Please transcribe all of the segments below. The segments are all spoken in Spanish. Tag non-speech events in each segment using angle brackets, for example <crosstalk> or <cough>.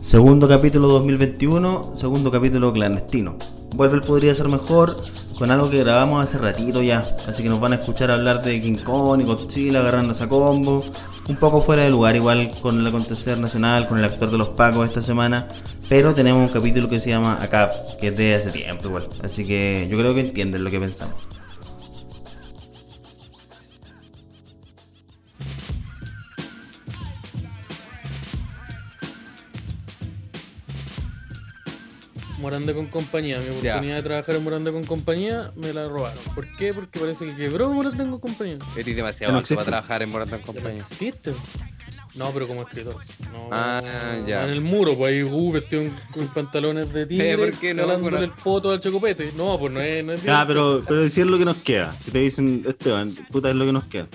Segundo capítulo 2021, segundo capítulo clandestino. Vuelve el Podría Ser Mejor con algo que grabamos hace ratito ya. Así que nos van a escuchar hablar de King Kong y Godzilla agarrándose a combo. Un poco fuera de lugar, igual con el acontecer nacional, con el actor de los Pacos esta semana. Pero tenemos un capítulo que se llama ACAP, que es de hace tiempo igual. Así que yo creo que entienden lo que pensamos. Morando con compañía. Mi Ya. oportunidad de trabajar en Morando con compañía me la robaron. ¿Por qué? Porque parece que quebró Morando con compañía. Eres demasiado No alto existe. para trabajar en Morandón Ya no Compañía. existe. No, pero como escritor. No, Ah, ya. En el muro, pues ahí uh, vestido en- con pantalones de tigre, Eh, ¿por qué no? jalándole Bueno. el poto al chocopete. No, pues no es, no es Ya, bien. pero, pero decir lo que nos queda. Si te dicen, Esteban, puta es lo que nos queda.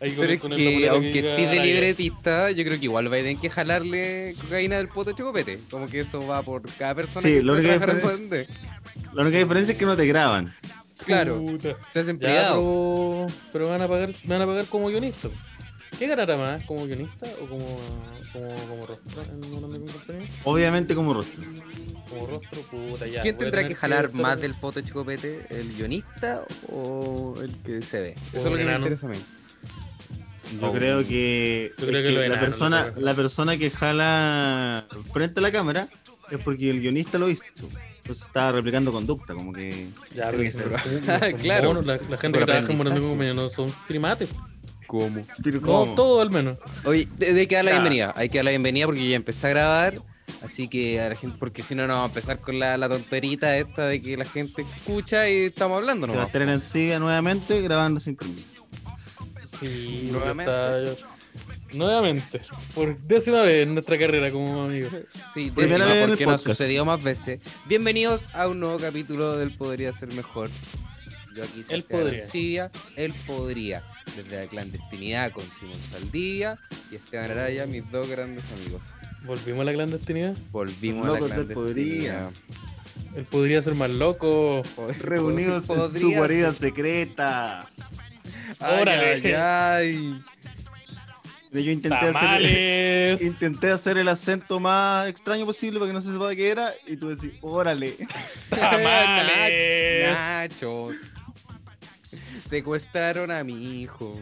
Ahí con- Pero es con el nombre que, de aunque Miguel estés de Araya. libretista, yo creo que igual va a tener que jalarle cocaína del poto de chocopete. Como que eso va por cada persona Sí, que lo puede único que trabajar en es- Morandón. La única diferencia es que no te graban. Claro, Puta. se hacen Uh, Ya, pues, empleados. pero, pero me, van a pagar, me van a pagar como guionista. ¿Qué ganará más? ¿Como guionista o como, como, como rostro en Morando con compañía? Obviamente como rostro. Como rostro, puta, ya. voy ¿Quién a tendrá tener que jalar estar- más del poto de chocopete? ¿El guionista o el que se ve? O Eso es un lo que me enano. interesa a mí. Yo Oh. creo que, Yo creo es que que lo la, enanos, persona, lo creo. la persona que jala frente a la cámara es porque el guionista lo hizo. Entonces estaba replicando conducta, como que. Tiene Ya, pero que si ser. <laughs> no son- no son Claro. monos, la, la gente Por que trabaja en Morandé aprendizaje. con compañía no son primates. ¿Cómo? No, todo al menos. Oye, de- de- hay que dar la Ya. bienvenida. Hay que dar la bienvenida porque yo ya empecé a grabar. Así que a la gente, porque si no, no vamos a empezar con la, la tonterita esta de que la gente escucha y estamos hablando Se va a nomás. estar en Ancibia nuevamente grabando sin permiso. Sí, Nuevamente. está- yo- Nuevamente. Por décima vez en nuestra carrera como amigos. Sí, Primera décima, vez en el porque nos podcast. sucedió más veces. Bienvenidos a un nuevo capítulo del Podría Ser Mejor. Yo aquí soy Él Esteban podría. Arancibia, él podría. Desde la clandestinidad con Simón Saldivia y Esteban Araya, mis dos grandes amigos. Volvimos a la clandestinidad. Volvimos Locos a del la clandestinidad. Él podría ser más loco. Pod- Reunidos en podría su ser- guarida secreta. Ay, Órale. ay, ay. Yo intenté eh. hacer, Tamales. <laughs> intenté hacer el acento más extraño posible para que no se sepa de qué era. Y tú decís, órale. Tamales. <laughs> Nachos. Secuestraron a mi hijo.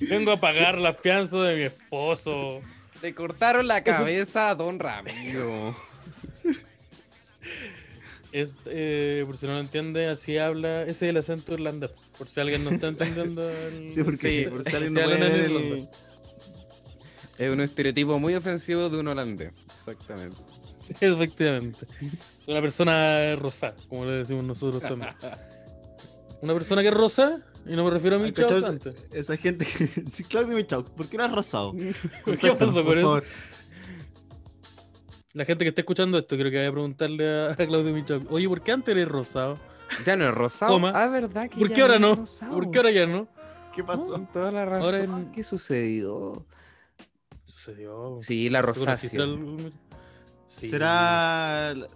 Vengo a pagar la fianza de mi esposo. Le cortaron la cabeza a Don Ramiro. Es, eh, por si no lo entiende, así habla. Ese es el acento irlandés. Por si alguien no está entendiendo. El... Sí, porque <laughs> Sí, por si alguien se no puede hablan en ver Irlanda. el... Es un estereotipo muy ofensivo de un holandés. Exactamente. Sí, <laughs> efectivamente. Una persona rosa, como le decimos nosotros también. Una persona que es rosa, y no me refiero a mi Ay, ¿cachai? chavo antes. <laughs> <laughs> Esa gente que... <laughs> Sí, Claudio Michau, ¿por qué eras rosado? <laughs> ¿Qué pasó con eso? favor. La gente que está escuchando esto, creo que voy a preguntarle a, a Claudio Michal, oye, ¿por qué antes eres rosado? Ya no es rosado. Toma. Ah, verdad que ¿Por ya qué ahora es no? rosado. Ah, ¿Por qué ahora ya no? ¿Qué pasó? Con toda la razón. Ahora en- ¿Qué sucedió? Se dio. Sí, la ¿Tú conociste rosácea. al- Sí. ¿Será la-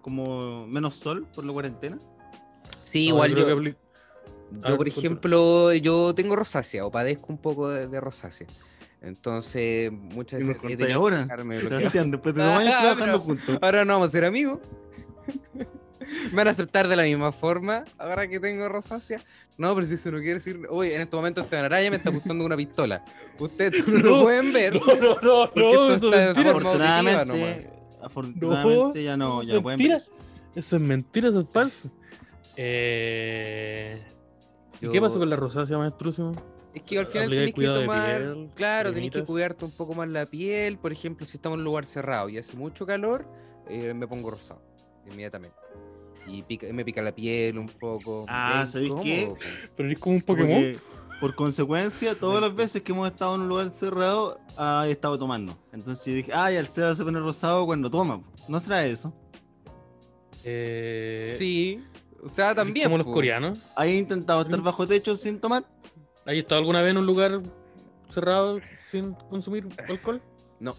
como menos sol por la cuarentena? Sí, No, igual creo yo. que apli- A Yo, ver, por cuéntame. ejemplo, yo tengo rosácea o padezco un poco de, de rosácea. Entonces, muchas Y nos veces. he contáis tenido que ahora. <laughs> pues, sacarme bloqueador. Sebastián, después de <laughs> dos años Ah, trabajando pero- juntos. Ahora no vamos a ser amigos. Me van a aceptar de la misma forma ahora que tengo rosácea. No, pero si eso no quiere decir. Uy, en este momento Esteban Araya me está apuntando una pistola. Ustedes no <laughs> lo No, pueden ver. No, no, no, Porque no, esto eso está- es mentira. por- Afortunadamente, afortunadamente ya no, ya no pueden ver mentira. eso. Eso es mentira, eso es falso. Eh... ¿Y Yo- qué pasó con la rosácea, maestro? Simón? Es que al Aplica final el tenés que cuidado de tomar. piel, claro, tenés que cremitas. cuidarte un poco más la piel. Por ejemplo, si estamos en un lugar cerrado y hace mucho calor, eh, me pongo rosado inmediatamente. Y pica- me pica la piel un poco. Ah, Es ¿sabéis qué? incómodo, pues. po. Pero eres como un Como Pokémon. que, por consecuencia, todas las veces que hemos estado en un lugar cerrado, ah, he estado tomando. Entonces yo dije, ay, el Seba se pone rosado cuando toma. ¿No será eso? Eh, Sí. O sea, eres también. pues. Como los po. coreanos. ¿Has intentado Mm. estar bajo techo sin tomar? <laughs> ¿Has pues. estado alguna vez en un lugar cerrado sin consumir alcohol? No.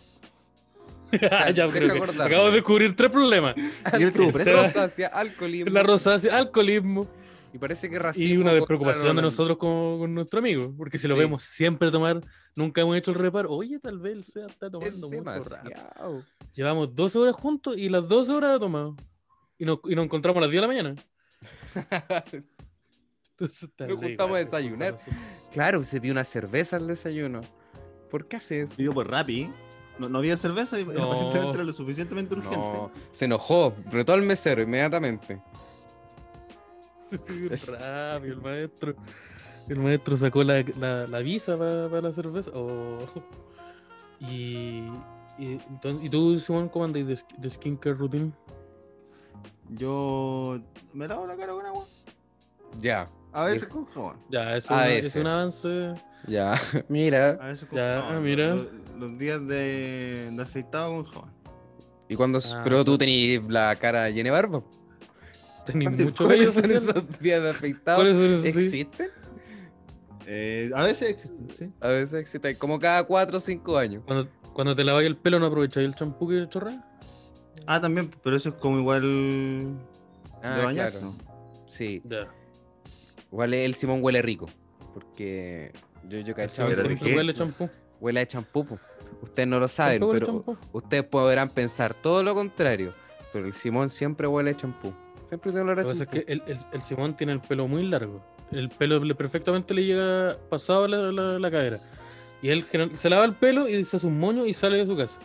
<laughs> ya, deja creo que acordarme. acabo de descubrir tres problemas. <laughs> Y él estuvo Alcohol, preso. Rosácea, alcoholismo. La rosácea, alcoholismo. Y Y parece que racismo. Y una contra despreocupación de Ronald. nosotros con, con nuestro amigo, porque si lo Sí. vemos siempre tomar, nunca hemos hecho el reparo. Oye, tal vez el SEA está Es tomando mucho rato. demasiado. Llevamos dos horas juntos y las dos horas ha tomado. Y nos, y nos encontramos a las 10 de la <laughs> mañana. Entonces, está Nos horrible. juntamos a desayunar. Claro, se pidió una cerveza al desayuno. ¿Por qué hace eso? Pidió por Rappi. No, no había cerveza y <laughs> No. aparentemente era lo suficientemente urgente. No, <laughs> se enojó, retó al mesero inmediatamente. Se <laughs> pidió un rabio, el maestro. El maestro sacó la, la- la visa para la cerveza. Oh. Y, y, entonces, ¿y tú, Simón, cómo andas de, sk- de skincare routine? Yo me lavo la cara con agua. Ya, A veces con jabón. Ya, eso A es ese. un avance. ya. <laughs> Mira. A veces con Ya, ah, jabón. mira. Los, los días de, de afeitado con jabón. ¿Y cuando Ah, pero tú tenías la cara llena de barba? Tenía mucho ¿Cuáles bello son social. esos días de afeitado? ¿Cuáles son esos? Sí. ¿Existen? Eh, a veces existen, sí. A veces existen, como cada 4 o 5 años. Cuando, cuando te lavas el pelo, ¿no aprovecháis el champú que chorrea? Ah, también, pero eso es como igual de Ah, bañarse. claro. Sí, Ya. igual el Simón huele rico. Porque yo, yo Simón cachaba Siempre que pero siempre ¿de qué? huele champú. huele a champú. po. Ustedes no lo saben, Siempre huele pero champú. ustedes podrán pensar todo lo contrario. Pero el Simón siempre huele a champú. Siempre tiene olor a Lo que pasa es champú. que el, el- el Simón tiene el pelo muy largo. El pelo le- perfectamente le llega pasado la, la, la cadera. Y él general- se lava el pelo y se hace un moño y sale de su casa.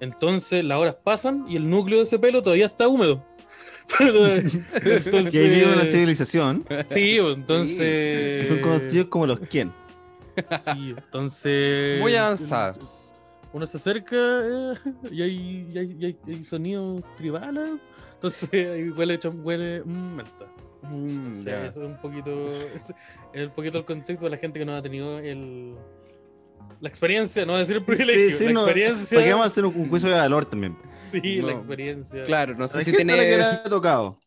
Entonces las horas pasan y el núcleo de ese pelo todavía está húmedo. <laughs> entonces, Y ahí vive una civilización Sí, pues, entonces. que son conocidos como los <laughs> quién. Sí, entonces. Muy avanzada. Uno se acerca eh, y, hay, y, hay, y hay- hay sonidos tribales. Entonces <laughs> ahí huele, cham- huele mm, malta. Mm, Sí, ya. eso es un poquito. <laughs> Es, es un poquito el contexto de la gente que no ha tenido el. La experiencia, no voy a decir el privilegio. Sí, sí, la no. experiencia. ¿Para qué vamos a hacer un, un juicio de valor también? Sí, la No. experiencia. Claro, no A la sé si gente a la que le tener, ha tocado.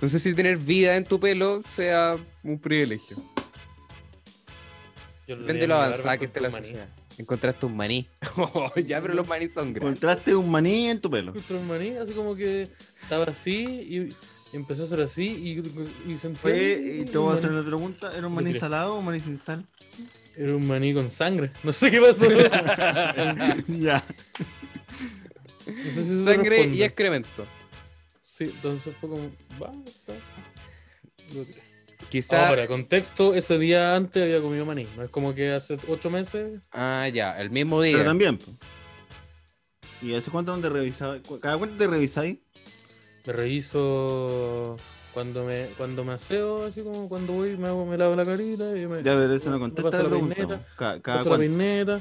no sé si tener vida en tu pelo sea un privilegio. Yo le Depende doy de lo a mi avanzada barba que con esté la tu maní. sociedad. Encontraste un maní. <laughs> Oh, ya, pero los maní son grandes. Encontraste un maní en tu pelo. Encontré un maní, así como que estaba así y y empezó a ser así y, y sentí. Oye, y eh, te voy a hacer una pregunta. ¿Era un maní Mira. salado o un maní sin sal? Era un maní con sangre. <laughs> No sé qué <laughs> pasó. No <laughs> ya. sé si eso Sangre y responde. excremento. Sí, entonces fue como. Vamos, está. Lo tiré. Quizá. Ahora, contexto, ese día antes había comido maní. No es como que hace ocho meses. Ah, ya, el mismo día. Pero también. po. ¿Y hace cuánto no te revisabas? ¿Cu- ¿Cada cuánto te revisáis? Me reviso cuando me, cuando me aseo, así como cuando voy, me, hago, me lavo la carita. Y me, Ya, pero eso no me contesta paso la la pregunta. peineta, po. Ca- ¿Cada paso la cuánto? peineta.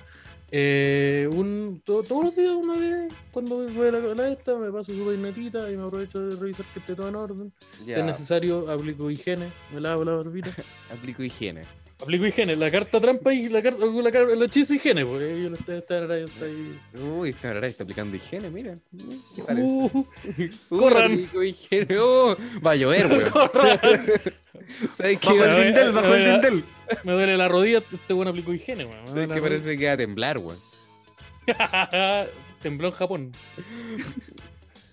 Eh, un, to- todos los días, una vez, cuando voy voy a la, a la esta, me paso su peinetita y me aprovecho de revisar que esté todo en orden. Si Ya, es necesario, aplico higiene, me lavo la barbita. <laughs> aplico higiene. aplico higiene, la carta trampa y la carta, la, car- el este, hechizo higiene, porque yo lo estoy, está- está- está ahí. Uy, esta verdad está aplicando higiene, mira. Uy, ¿Qué parece? Uh, Uy, corran. aplico higiene. Uh, va a llover, weón. <laughs> corran. ¿Sabes Bajo el Pero, eh, qué? dintel, bajo el eh, dintel. Me duele la rodilla, este bueno aplicó higiene, weón. Me ¿Sabes duele qué la parece que va a temblar, weón? rodilla. <laughs> Tembló en Japón.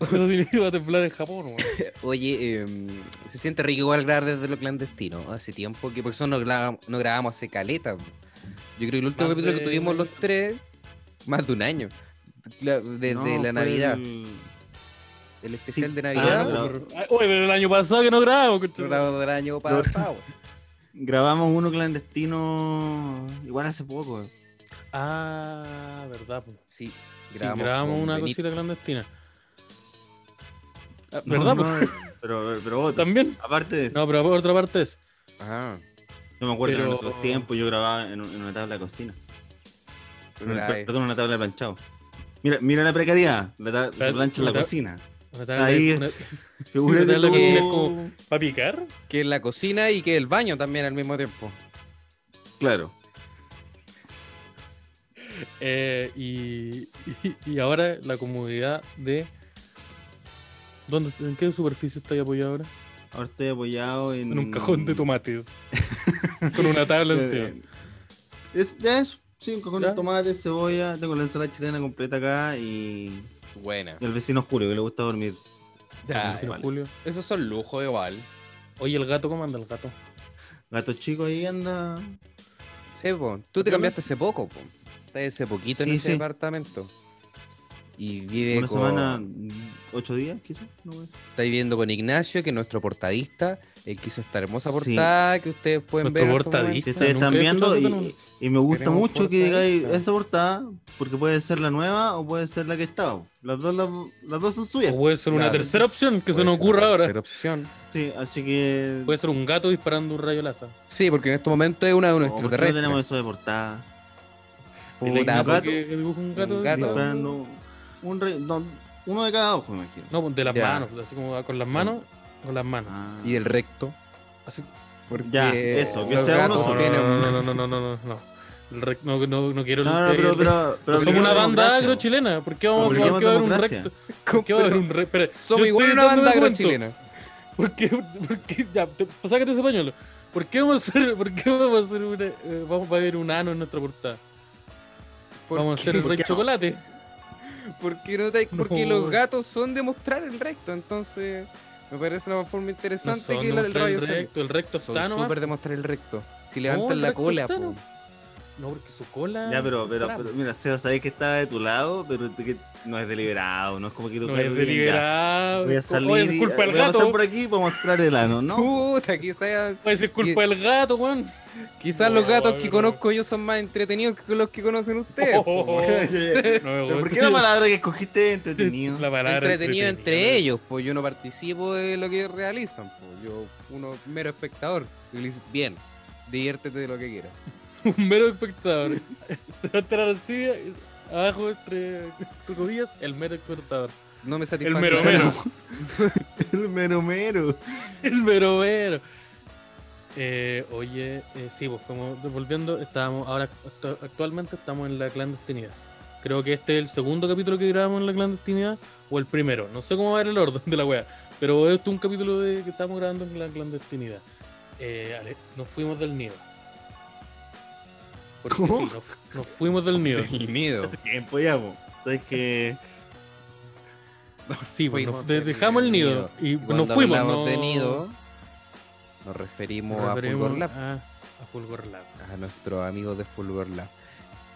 Eso significa temblar en Japón, weón. Oye, em, se siente rico igual grabar desde lo clandestino. Hace tiempo que por eso no, grabam- no grabamos hace caleta. po. Yo creo que el último Más capítulo que de tuvimos un los año. tres, más de un año. La- desde No, la fue Navidad, el, el- especial sí. de Ah, Navidad. no pero- grabo. Ay, Oye, pero el año pasado que no grabamos, que coche. grabamos del año pasado. Grabamos uno clandestino igual hace poco. eh. Ah, verdad, pues. Sí, Sí, grabamos, con una Benito. cosita clandestina. Ah, No, ¿Verdad? no, pero, pero po? otro. También. Aparte de eso, No, pero por otra parte es. Ajá. no me acuerdo pero- en otros tiempos, yo grababa en, un- en una tabla de cocina. tú En una- grabes. perdón, en una tabla de planchado. Mira, mira la precariedad, la ta- se Pero- plancha en la pero- cocina. una tabla- Ahí- una- Figúrate pero la tú- cocina es como- ¿Para picar? Que es la cocina y que el baño también al mismo tiempo. Claro. Eh, y, y- y ahora la comodidad de. ¿Dónde, ¿En qué superficie estoy apoyado ahora? Ahora estoy apoyado en... En un cajón de tomates. con una <laughs> tabla encima. Eh, Es, ya eso. Sí, un cajón de ¿Ya? tomate, cebolla, tengo la ensalada chilena completa acá y... Buena. y el vecino Julio que le gusta dormir. Como Ya, dice vale. Julio. esos son lujos igual. Oye, el gato, ¿cómo anda el gato? Gato chico ahí anda. Sí, po. Tú te Yo cambiaste hace poco, po. Estás hace poquito en Sí, ese sí. departamento. Y vive Una con... semana, ocho días quizás. No puede Ah, ser. Estáis viendo con Ignacio, que es nuestro portadista. Él que hizo esta hermosa Sí. portada que ustedes pueden Nuestro ver. en Que portadista. este estos ustedes Nunca están he viendo escuchado y, eso, no. y me gusta Queremos mucho que digáis portadita. esa portada porque puede ser la nueva o puede ser la que estaba. Las dos, las, las dos son suyas. O puede ser una Claro. tercera opción que momentos. se nos Puede ser ocurra la ahora. tercera opción. Sí, así que. Puede ser un gato disparando un rayo láser. Sí, porque en estos momentos es una de Oh, ¿por unos qué no extraterrestres. tenemos eso de portada? Dile a Puta, Ignacio gato. que- que dibuja un gato. Un gato. Disparando un rey- no, uno de cada ojo, me imagino. No, pues, de las Ya. manos, así como con las manos, con las manos. Ah. Y el recto. Así- Porque Ya, eso, que los sea uno gatos solo. tienen no, un- no, no, no, no, no, no, no. El rec- no, no, no quiero. No, no, no, eh, pero, <laughs> pero, pero somos apliquemos una banda democracia, agrochilena. ¿Por qué vamos a Apliquemos por qué va a haber un democracia. recto? ¿Por qué va a haber un recto? Espera, Somos yo igual estoy una tratando banda de argumento. agrochilena. ¿Por qué? ¿Por qué? Ya, te- pues sácate ese pañuelo. ¿Por qué vamos a hacer, por qué vamos a hacer una, eh, vamos a ver un ano en nuestra portada? ¿Por vamos qué? a hacer ¿Por rey qué no? chocolate. Porque, no te- porque No. los gatos son de mostrar el recto, entonces me parece una forma No interesante son que de la del mostrar rayo el sale. recto, el recto Son está nomás. súper de mostrar el recto. Si No, levantan el la recto cola, está, po. no. No, porque su cola. Ya, pero, pero, Claro. pero mira, Seba, sabéis que estaba de tu lado, pero de que no es deliberado, no es como que los no gatos es digan, ya, deliberado. Voy a salir, Oye, es y- culpa del voy a pasar gato. Uh, por aquí para mostrar el ano, ¿no? Puta, quizás Oye, es culpa del gato, weón. quizás No, los gatos que no. conozco yo son más entretenidos que los que conocen ustedes. po. Oh, <laughs> Oye, oye, <laughs> <laughs> pero No me ¿Por gusta. qué la palabra que escogiste es entretenido? <laughs> La palabra entretenida. Entretenido entre ellos, pues yo no participo de lo que realizan, pues yo uno mero espectador. Y le dice, bien, diviértete de lo que quieras. <laughs> Un mero espectador. <laughs> Se va a entrar así, abajo entre tus comillas, el mero espectador. No me El satisface. mero mero. <laughs> El meromero. <laughs> El mero mero. Eh, oye, eh, sí, pues como volviendo, estábamos ahora actu- actualmente estamos en la clandestinidad. Creo que este es el segundo capítulo que grabamos en la clandestinidad o el primero. No sé cómo va a ir el orden de la wea, pero este es un capítulo de, que estamos grabando en la clandestinidad. Eh, Ale- nos fuimos del nido. Porque ¿Cómo? sí, nos, nos fuimos del <laughs> nido. El nido. Hace tiempo ya, po. Sabes <laughs> que Sí, pues, Fuimos nos del dejamos el nido y Cuando nos fuimos. hablamos no- de nido, nos referimos, nos a referimos Fulgor Lab, a- a Fulgor Lab. a nuestros amigos de Fulgor Lab.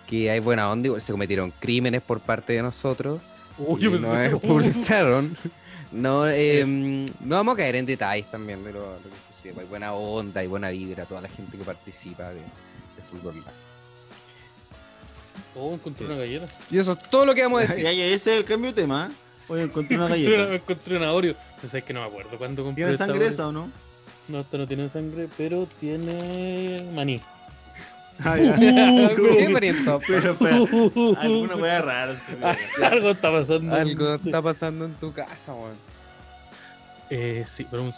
Que hay buena onda, igual se cometieron crímenes por parte de nosotros. Uy, y yo nos pensé- expulsaron. <laughs> No, eh, no vamos a caer en detalles también de lo, lo que sucede. Hay buena onda, hay buena vibra, toda la gente que participa de, de Fulgor Lab. Oh, encontré una galleta. Y eso es todo lo que vamos a ya, <laughs> decir. ya, ese es el cambio de tema. ¿eh? Hoy encontré una Encontré una, galleta. encontré una Oreo. Pues es que no me acuerdo cuándo compré. ¿Tiene esta sangre Oreo. esa o no? <laughs> No, esta no tiene sangre, pero tiene maní. Ah, ya. <laughs> ¿Qué, pariento? <laughs> Pero espera, alguna wea rara. sí, Algo está pasando. Algo está pasando en tu casa, weón. Eh, sí, pero un,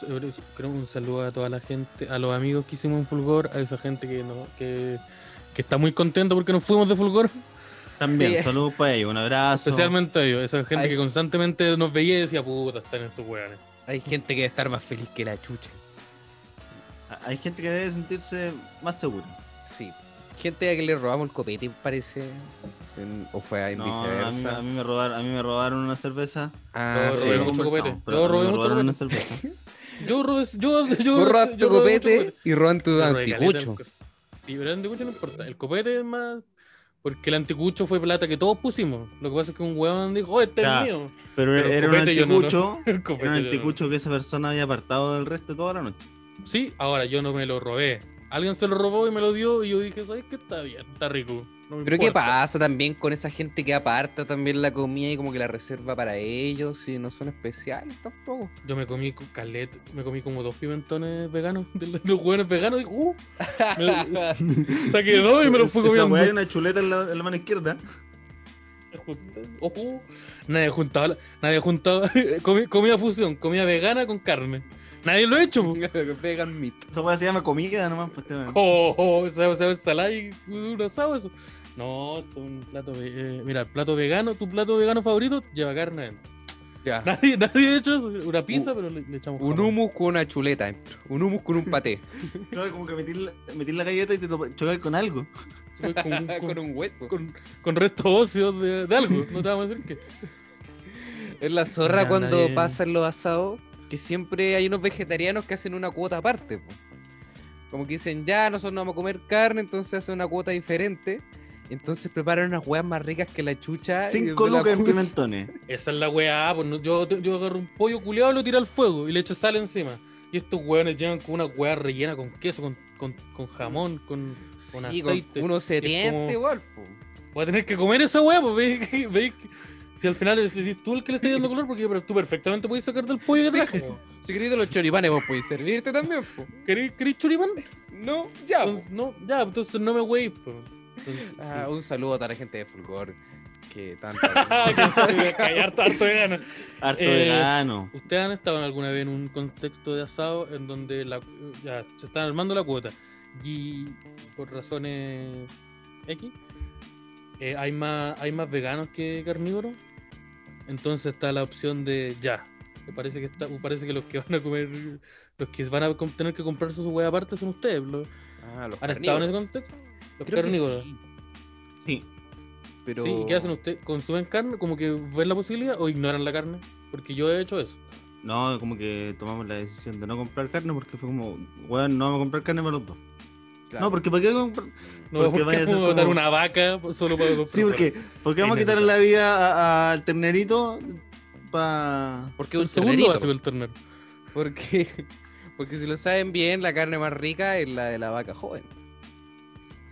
creo un saludo a toda la gente, a los amigos que hicimos en Fulgor, a esa gente que, no, que, que está muy contento porque nos fuimos de Fulgor. También, Sí. saludos para ellos, un abrazo. Especialmente a ellos, esa gente Ay. que constantemente nos veía y decía, puta, están estos weones. Hay gente que debe estar más feliz que la chucha. Ah, Hay gente que debe sentirse más segura. Sí. Gente a que le robamos el copete, parece. en- o fue en No, a mí, viceversa. a mí me robaron, a mí me robaron una cerveza. Ah, No, Sí, robé lo mucho conversamos, copete. pero a Yo mí robé me mucho robaron una <laughs> cerveza. Yo robé, yo, yo, Tú yo robas tu robé mucho copete y roban tu Yo regalé el anticucho. co- Y pero el anticucho no importa. El copete es más. Porque el anticucho fue plata que todos pusimos. Lo que pasa es que un huevón dijo, oh, este Ya. es mío. <laughs> Pero Pero era un copete yo no, ¿no? anticucho. El copete. Era un yo no. anticucho que esa persona había apartado del resto toda la noche. Sí, ahora yo no me lo robé. Alguien se lo robó y me lo dio y yo dije, ¿sabes qué? Está bien, está rico. no me Pero ¿qué importa". pasa también con esa gente que aparta también la comida y como que la reserva para ellos y no son especiales <laughs> tampoco? Yo me comí co- calet, me comí como dos pimentones veganos, <laughs> de los de los hueones veganos, y uh, <laughs> <laughs> saqué dos y me los fui Esa comiendo. weá hay una chuleta en la, en la mano izquierda. <laughs> Ojo, nadie juntaba, la- nadie juntaba <laughs> comi- comida fusión, comida vegana con carne. Nadie lo ha hecho. po. Vegan meat. Esa weá se llama comida nomás. Pues, te- Oh, <laughs> oh, esa esa ensalada y un asado eso. No, esto es un plato ve- eh, mira, el plato vegano, tu plato vegano favorito lleva carne. adentro. <laughs> Ya. Nadie, nadie ha hecho eso, una pizza, pero le, le echamos Uh, Un jamón. humus con una chuleta dentro. Un humus con un paté. Claro, como que metí la, metí la galleta y te topa- chocas con algo. con, <laughs> con, <laughs> con un hueso. con- con restos óseos de, de algo, no te vamos a decir que. Es la zorra Ya, cuando nadie- pasan los asados que siempre hay unos vegetarianos que hacen una cuota aparte. po. Como que dicen, ya, nosotros no vamos a comer carne, entonces hacen una cuota diferente. Entonces preparan unas huevas más ricas que la chucha. y Cinco me la lucas en ju- <laughs> pimentones. Esa es la weá, pues, no- yo, yo agarro un pollo culeado, lo tiro al fuego y le echo sal encima. Y estos weones llegan con una weá rellena con queso, con, con, con jamón, con... con Sí, con- aceite. uno se Es tiente como- igual, po. Voy a tener que comer esa weá, pues veis que... veis que- Si al final es es tú el que le estás dando color, porque pero tú perfectamente puedes sacar del pollo que traje. pues. po. Si querés de los choripanes, vos podés servirte también, po. ¿Queréis queréis choripán? No, ya, po. Entonces, no, ya, entonces no me weis, pues. Entonces, Ah, sí. un saludo a toda la gente de Fulgor. Que <laughs> tanto. Ah, que se me cae harto- harto de ganas. Harto Eh, verano. ¿Ustedes han estado en alguna vez en un contexto de asado en donde la- ya se están armando la cuota y por razones X eh, hay, más, hay más veganos que carnívoros? Entonces está la opción de ya. que Parece que, está, parece que los que van a comer, los que van a com- tener que comprarse su hueá aparte son ustedes. ¿lo- Ah, los ¿Han estado en ese carnívoros. contexto? Los Creo que carnívoros. sí, Sí. pero... Sí, ¿y qué hacen ustedes? ¿Consumen carne? ¿Como que ven la posibilidad o ignoran la carne? Porque yo he hecho eso. No, como que tomamos la decisión de no comprar carne porque fue como, weón, no vamos a comprar carne para los dos. Claro. No, porque ¿para qué comprar? No, Porque porque vaya a ser vamos a matar como- una vaca solo para dos Sí, porque, porque vamos a Sí, quitarle la vida a- al ternerito para... Porque El un segundo segundo va a ser el ternero. Porque, <laughs> porque si lo saben bien, la carne más rica es la de la vaca joven.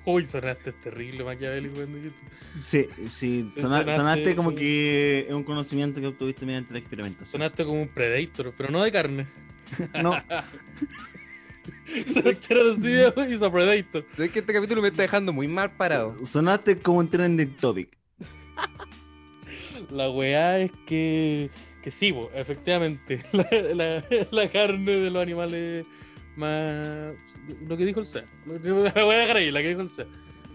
Uy, sonaste terrible, maquiavélico. cuando dijiste. Sí, sí, Sí, sona- sonaste- sonaste como sí. que es un conocimiento que obtuviste mediante la experimentación. Sonaste como un predator, pero no de carne. <laughs> <laughs> No, Sonaste reducido y hizo predator. Es que este capítulo me está dejando muy mal parado. sonaste como un trending topic. La weá es que, que sí, bo, efectivamente. <laughs> La, la- la carne de los animales más. Lo que <laughs> dijo el C. La voy a dejar ahí, la que dijo el C.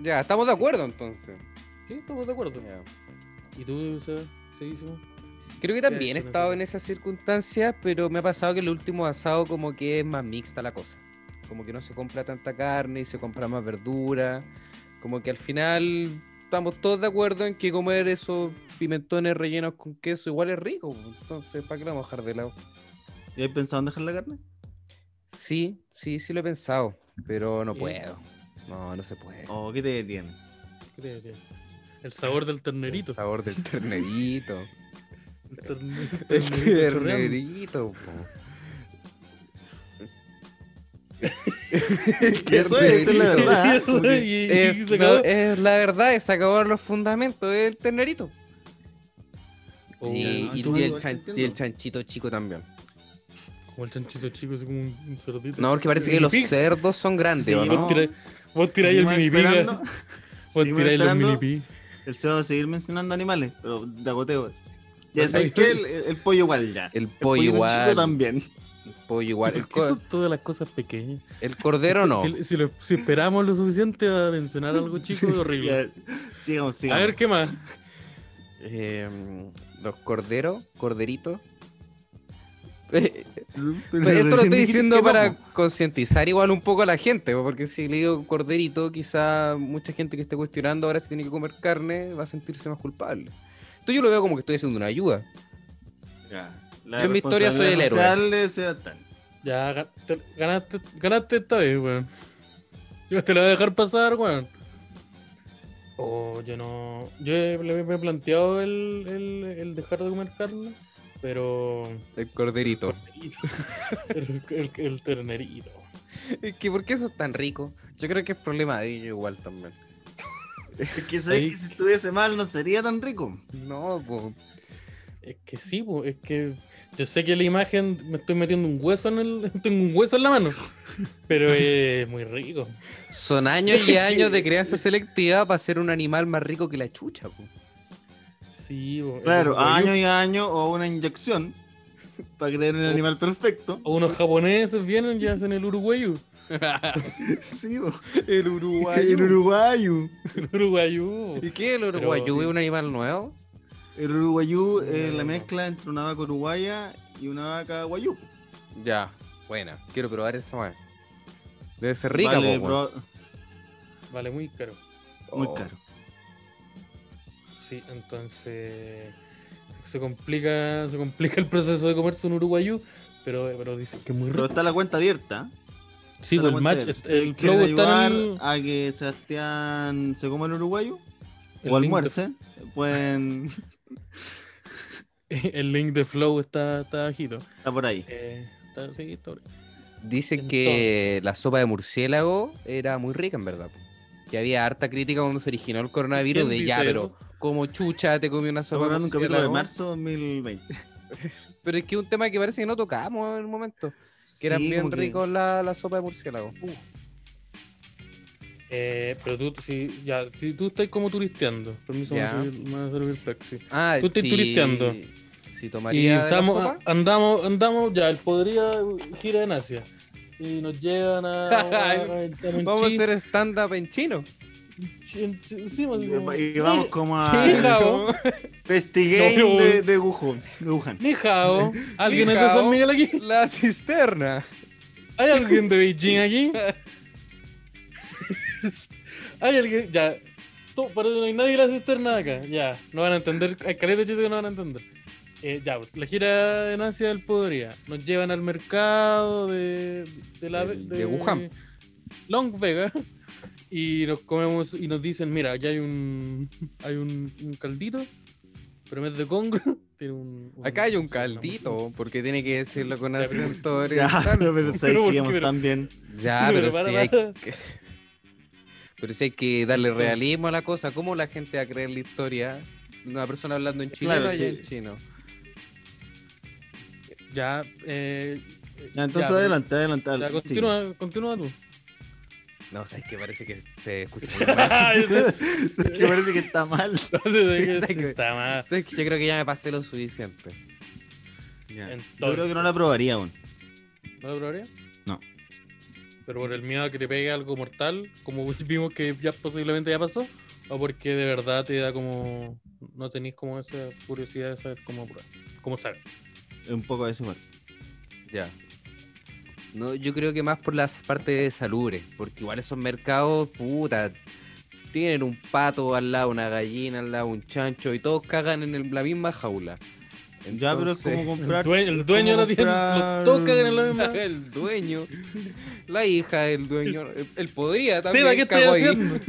Ya, estamos de acuerdo entonces. Sí, estamos de acuerdo. Ya. ¿Y tú, Seba? Seguísimo. Creo que Ya, también he eso no estado sé. en esas circunstancias, pero me ha pasado que el último asado como que es más mixta la cosa. Como que no se compra tanta carne y se compra más verdura. Como que al final estamos todos de acuerdo en que comer esos pimentones rellenos con queso igual es rico. pues, Entonces, ¿para qué lo vamos a dejar de lado? ¿Y has pensado en dejar la carne? Sí, sí, sí lo he pensado, pero no Sí. puedo. No, no se puede. ¿O qué te detiene? ¿Qué te decía? El sabor del ternerito. El sabor del <laughs> ternerito. El terne- El ternerito chorreando. ternerito, po. <laughs> Eso es, esa es la <laughs> verdad. <laughs> Y- como que- y- y Es, se no, acabó. es la verdad, se acabaron los fundamentos del ternerito. Oh, y, no, y- tú y me el igual te chan- entiendo. y el chanchito chico también. Como el chanchito chico, así como un, un cerdito. No, porque parece que Y los pig. cerdos son grandes, Sí, ¿o Vos no? tiráis vos tiráis el Seguimos mini piga. esperando- <laughs> <laughs> Vos seguimos tiráis los esperando mini piga. El CEO va a seguir mencionando animales, pero de agoteo. Ay, Ya sabes estoy- que el, el pollo igual ya. El pollo del igual. chico <laughs> también. El pollo igual. El, ¿Por qué co- son todas las cosas pequeñas? el <laughs> cordero no. Si, si lo- si esperamos lo suficiente a mencionar algo chico es horrible. Ya, Sigamos, A sigamos. ver, ¿qué más? Em, los corderos, <laughs> corderitos. Eh, Pero Pues esto lo recién estoy dijiste diciendo que no, para po. concientizar igual un poco a la gente, po, porque si le digo corderito, quizá mucha gente que esté cuestionando ahora si tiene que comer carne va a sentirse más culpable. Entonces yo lo veo como que estoy haciendo una ayuda. Ya, la Yo en mi historia soy el héroe. responsabilidad social sea <laughs> tal. Ya ga- te- ganaste, ganaste esta vez, weón. Yo te la voy a dejar pasar, weón. Oh, yo no. Yo he- le- me he planteado el, el, el dejar de comer carne, pero. El <laughs> corderito. El, el- el ternerito. Es que ¿por qué eso es tan rico? Yo creo que es problema de ellos igual también. Es que sabes Ahí- que si estuviese mal no sería tan rico. No, po. Es que sí, po, es que yo sé que la imagen me estoy metiendo un hueso en el. <laughs> Tengo un hueso en la mano. Pero es muy rico. son años y años de crianza selectiva para ser un animal más rico que la chucha. po. Sí, po, es Claro, ah, un pollo. año y año o una inyección para creer en el animal perfecto. O unos japoneses vienen y hacen el uruguayo. <laughs> Sí, po. El el uruguayo. El uruguayo. ¿Y qué el Pero- uruguayú es un animal nuevo? El uruguayú es No, no. la mezcla entre una vaca uruguaya y una vaca guayú. Ya, buena. Quiero probar esa madre. Debe ser rica, Vale, po, Oh. pro- Vale, muy caro. weón. Muy caro. Sí, entonces se complica, se complica el proceso de comerse un uruguayú, Pero, pero dice que es muy Pero rico. está la cuenta abierta. Sí, está la pues, cuenta el match, abierta. el, el ¿Quieren flow está ayudar en el- a que Sebastián se coma el uruguayo? el o link de- almuerce. Pueden. <laughs> <laughs> El link de Flow está, está giro. Está por ahí. Eh, está, sí, está por ahí. Dicen que la sopa de murciélago era muy rica, en verdad. po. Que había harta crítica cuando se originó el coronavirus ¿Quién de dice ya, eso? pero como chucha te comí una Estamos sopa de hablando de un capítulo de murciélago. marzo 2020. Pero es que es un tema que parece que no tocamos en el momento. Que eran Sí, bien como que- ricos la, la sopa de murciélago. Uh. Eh, pero tú, si, ya, si tú estás como turisteando. Permiso, Ya. me voy a servir plexi. Ah, Tú estás si- turisteando. Si Y tomaría de la estamos, sopa, andamos, andamos, ya, él podría gira en Asia. Y nos llevan <laughs> a. a- a- en vamos a Chi- hacer stand-up en chino. en Chi- sí, Y como- y vamos como a. Sí, jao. Investigate No. de, de Wuhan. de Wuhan. Ni <laughs> hao. ¿Alguien Ni es de San hao. Miguel aquí? La cisterna. ¿Hay alguien de Beijing aquí? ¿Hay alguien? Ya. Tú, pero no hay nadie de la cisterna de acá. Ya. No van a entender. Hay caleta de chistes que no van a entender. Eh, ya, pues, la gira en Asia del Podría. Nos llevan al mercado de, de la. Del- de Wuhan. Long Vega. Y nos comemos y nos dicen: Mira, aquí hay un. Hay un, un caldito. Pero en vez de congro. <laughs> Tiene un, un- Acá hay un caldito, porque tiene que decirlo con Ya, pero- acento Ya, oriental. pero pensáis ¿por que qué, íbamos pero- tan bien. <laughs> Ya, Ah, <laughs> pero para, si hay para. Pero si hay que darle realismo a la cosa, ¿cómo la gente va a creer la historia de una persona hablando en chileno Claro, y sí. en chino? Ya. Eh, Ya, entonces ya, adelante, adelante. Ya, adelante. Sigue. continúa, continúa <laughs> tú. No, o sea, es que parece que se escucha muy mal. <laughs> <laughs> <laughs> Es que parece que está mal. Entonces, Sí, sí, está más. O sea, es que Yo creo que ya me pasé lo suficiente. Ya. Yo creo Entonces. que no la probaría aún. ¿No lo probaría? No. Pero por el miedo a que te pegue algo mortal, como <laughs> vimos que ya posiblemente ya pasó, o porque de verdad te da como. No tenéis como esa curiosidad de saber cómo probar, cómo saber. Es un poco de su parte. Ya. No, yo creo que más por las partes salubres, porque igual esos mercados, puta, tienen un pato al lado, una gallina al lado, un chancho, y todos cagan en el- la misma jaula. Ya, pero es Entonces- como El comprar. dueño, el dueño de la tienda, comprar- los toca <laughs> en la misma. <laughs> el dueño, la hija del dueño, el, el podría también. Seba, ¿qué estás cagó ahí. haciendo?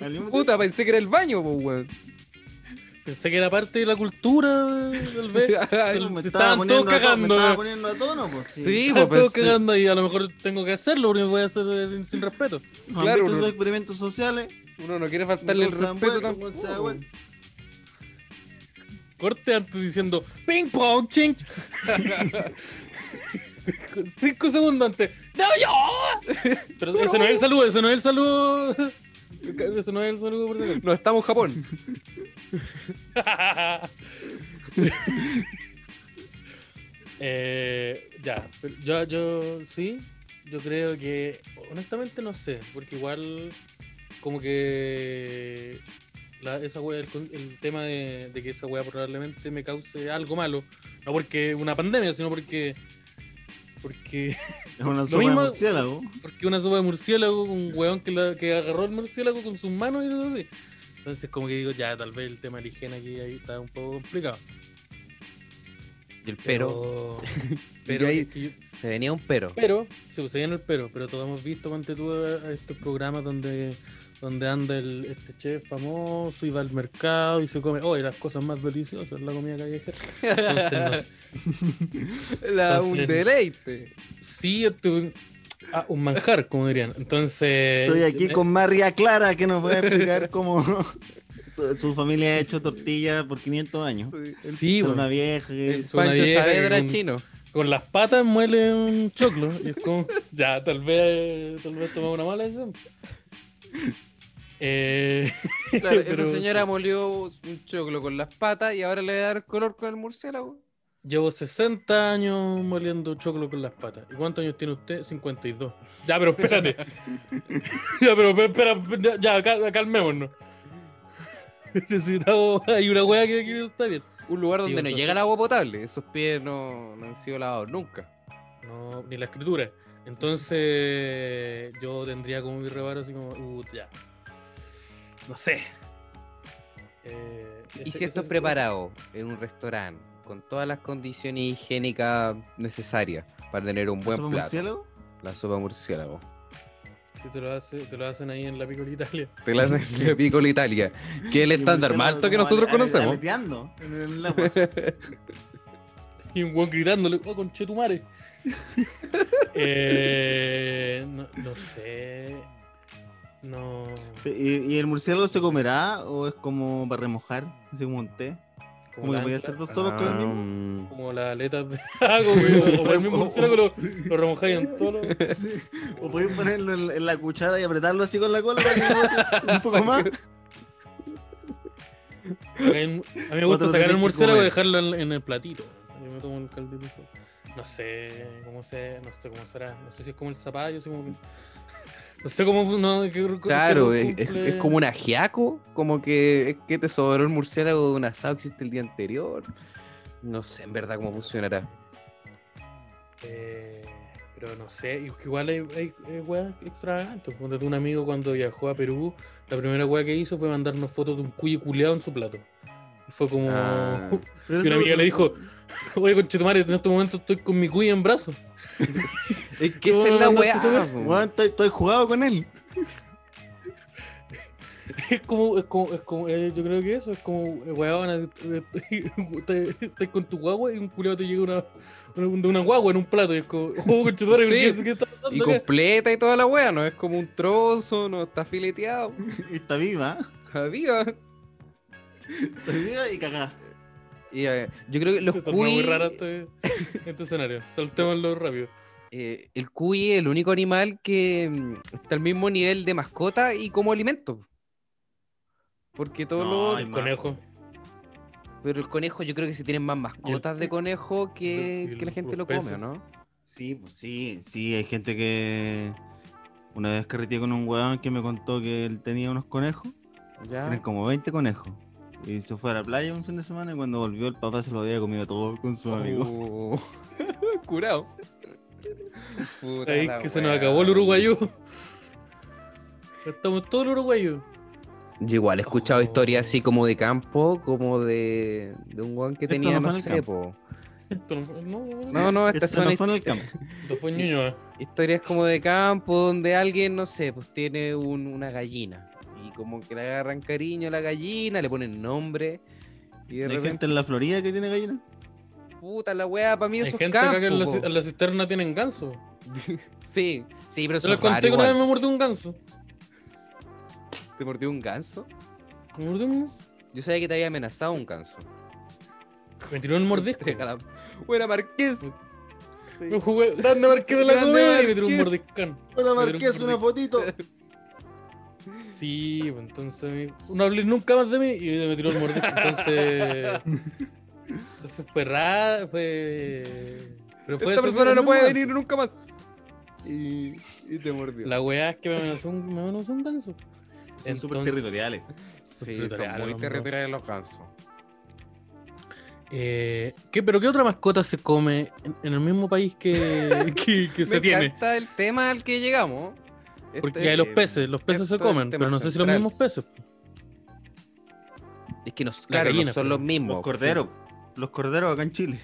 Al mismo <laughs> Puta, pensé que era el baño, <laughs> po, weón. Pensé que era parte de la cultura, tal vez. tiempo me Se estaba estaban poniendo todos a to- me cagando, estaba weón. poniendo a tono, pues. <laughs> Sí, <laughs> Estaba po, todo pensé. cagando y a lo mejor tengo que hacerlo porque voy a hacer eh, sin respeto. ¿Han claro, visto no. esos experimentos sociales? Uno no quiere faltarle el Entonces, pues, respeto bueno, bueno, tampoco, sea, bueno. po. corte antes diciendo ping pong <laughs> ching cinco segundos antes no yo pero ese no es el saludo ese no es el saludo ese no es el saludo por No estamos en Japón. favor. <laughs> eh, ya pero yo yo sí yo creo que honestamente no sé porque igual como que la- esa wea, el, con- el tema de, de que esa wea probablemente me cause algo malo. No porque una pandemia, sino porque. Porque, <laughs> Es una sopa de mismo- murciélago. Eh, porque una sopa de murciélago, un weón que, la- que agarró el murciélago con sus manos y todo así. Entonces, como que digo, ya, tal vez el tema de la higiene aquí ahí está un poco complicado. Y el pero. <laughs> Pero, Y ahí- es que yo- Se venía un pero. <laughs> Pero, se usa en el pero, pero todos hemos visto ponte tú a- a estos programas donde, donde anda el, este chef famoso y va al mercado y se come, oh, y las cosas más deliciosas, la comida callejera. Entonces, no sé. La- un Entonces- deleite. sí, este, un- ah, un manjar, como dirían. Entonces, eh, Estoy aquí eh. me- con María Clara que nos va a explicar cómo <laughs> su, su familia ha hecho tortilla por 500 años. Sí, Era bueno. una vieja que El hizo- una Pancho vieja que Saavedra con- chino. con las patas muele un choclo. Y es como, ya, tal vez, tal vez tomé una mala decisión. Eh, <laughs> Claro, pero esa señora sí. molió un choclo con las patas y ahora le va a dar color con el murciélago. Llevo 60 años moliendo choclo con las patas. ¿Y cuántos años tiene usted? 52. Ya, pero espérate. ya, pero espera, ya, ya, cal- calmémonos. Necesitamos. Hay una wea que aquí no está bien. Un lugar Sí, donde no entonces- llega el agua potable. Esos pies no, no han sido lavados nunca. No, ni la escritura. Entonces, yo tendría como mi reparo así como, uh, ya. No sé. Eh, Y ese- si ese- esto es preparado en un restaurante, con todas las condiciones higiénicas necesarias para tener un buen ¿Sopa plato. murciélago? La <laughs> sopa murciélago. Si te lo, hace- te lo hacen ahí en la Piccola <laughs> Italia. Te la hacen en Piccolo Italia, que es el Y estándar murciélago más alto que como nosotros ale- ale- conocemos. aleteando en <laughs> el agua. Y un weón gritándole, oh, conchetumare. <laughs> eh, no, no sé. No. ¿Y, y el murciélago se comerá o es como para remojar? Así como un té. Como que la- podía hacer dos sopas con el mismo. Ah, Como las aletas de. <laughs> Ah, como que- o el mismo murciélago lo, lo remojáis <laughs> en todo. lo- O podéis ponerlo en, en la cuchara y apretarlo así con la cola para que bote un poco más. Acá en- A mí me gusta Otro sacar tenés el que murciélago y comer. dejarlo en, en el platito. Yo me tomo el caldito. solo. No sé cómo se, no sé cómo será. No sé si es como el zapallo, si como que- <laughs> No sé cómo no, qué- Claro, qué- es, es- es como un ajiaco, como que es que te sobró el murciélago de un asado que hiciste el día anterior. No sé en verdad cómo funcionará. Eh, pero no sé, y que igual hay, hay, eh, weas extravagantes. Ponte tú, un amigo cuando viajó a Perú, la primera wea que hizo fue mandarnos fotos de un cuyo culeado en su plato. Y fue como. Ah. Pero Y una eso- amiga le dijo: <laughs> Oye, conchetumare, en este momento estoy con mi cuya en brazo. Es que ¿Cómo <laughs> esa es la mandaste weá. esa weá? po. Weón, estoy, estoy jugado con él. <laughs> <laughs> Es como, es como, es como eh, yo creo que eso es como, eh, weón, eh, estás estás con tu guagua y un culiado te llega una, una, de una guagua en un plato y es como, oh, conchetumare, Sí, ¿qué, qué está pasando? Y acá?" completa y toda la wea, no es como un trozo, no está fileteado. <laughs> Y está viva. Había. Está viva y cagá. Y, eh, yo creo que los Se tornó muy cuy- raro este, este <laughs> escenario. Saltémoslo rápido. eh, el cuy es el único animal que mm, está al mismo nivel de mascota y como alimento. Porque todos No, los- hay El más. conejo. Pero el conejo, yo creo que se tienen más mascotas de conejo y que, el- que la gente los lo come, peces. ¿o ¿no? Sí, pues sí, sí, hay gente que. Una vez carreteé con un weón que me contó que él tenía unos conejos. Eran Ya. como 20 conejos. Y se fue a la playa un fin de semana y cuando volvió el papá se lo había comido todo con su amigo. Oh. <laughs> Curado. Puta Ahí la que se nos wea. acabó el uruguayo. Estamos todos los uruguayos. Yo igual he escuchado Oh. historias así como de campo, como de, de un guan que Esto tenía, no no, fue en el sé, po. Esto no, fue- no, no, no, No, no, estas Esto son no fue en el campo. esto fue en Ñuñoa. Historias como de campo, donde alguien, no sé, pues tiene un- una gallina. Y como que le agarran cariño a la gallina, le ponen nombre. Y de Hay repente, gente en la Florida que tiene gallinas. puta la weá, para mí Hay eso gente es acá campo. que en la, po. ci- en la cisterna tienen ganso. Sí, sí, pero Yo eso les es raro conté que una vez igual. me mordió un ganso. ¿Te mordió un ganso? Me mordió un ganso. Yo sabía que te había amenazado un ganso. Me tiró <laughs> el mordisco. Regala- Buena Marqués. Me jugué grande marqués de la Grande comedia y me tiró un Marqués. mordiscán. Hola Marqués, una fotito. Sí, pues, entonces me dijo, no hablé nunca más de mí y me tiró el mordisco. <laughs> Entonces, entonces fue raro, fue... pero fue Esta ese- persona el no mismo puede ganso. venir nunca más. Y, y te mordió. La weá es que me amenazó un, me amenazó un ganso. Son Entonces- súper territoriales. Sí, son territoriales, muy hombre. territoriales los gansos. Eh, ¿qué, ¿Pero qué otra mascota se come en, en el mismo país <laughs> que, que, que se Me tiene? encanta el tema al que llegamos. Porque Este- hay los peces, los peces esto se es comen, el tema pero no sé si los central. mismos peces. Es que no, claro, gallina, no son pero- los mismos. Los corderos. Los corderos acá en Chile.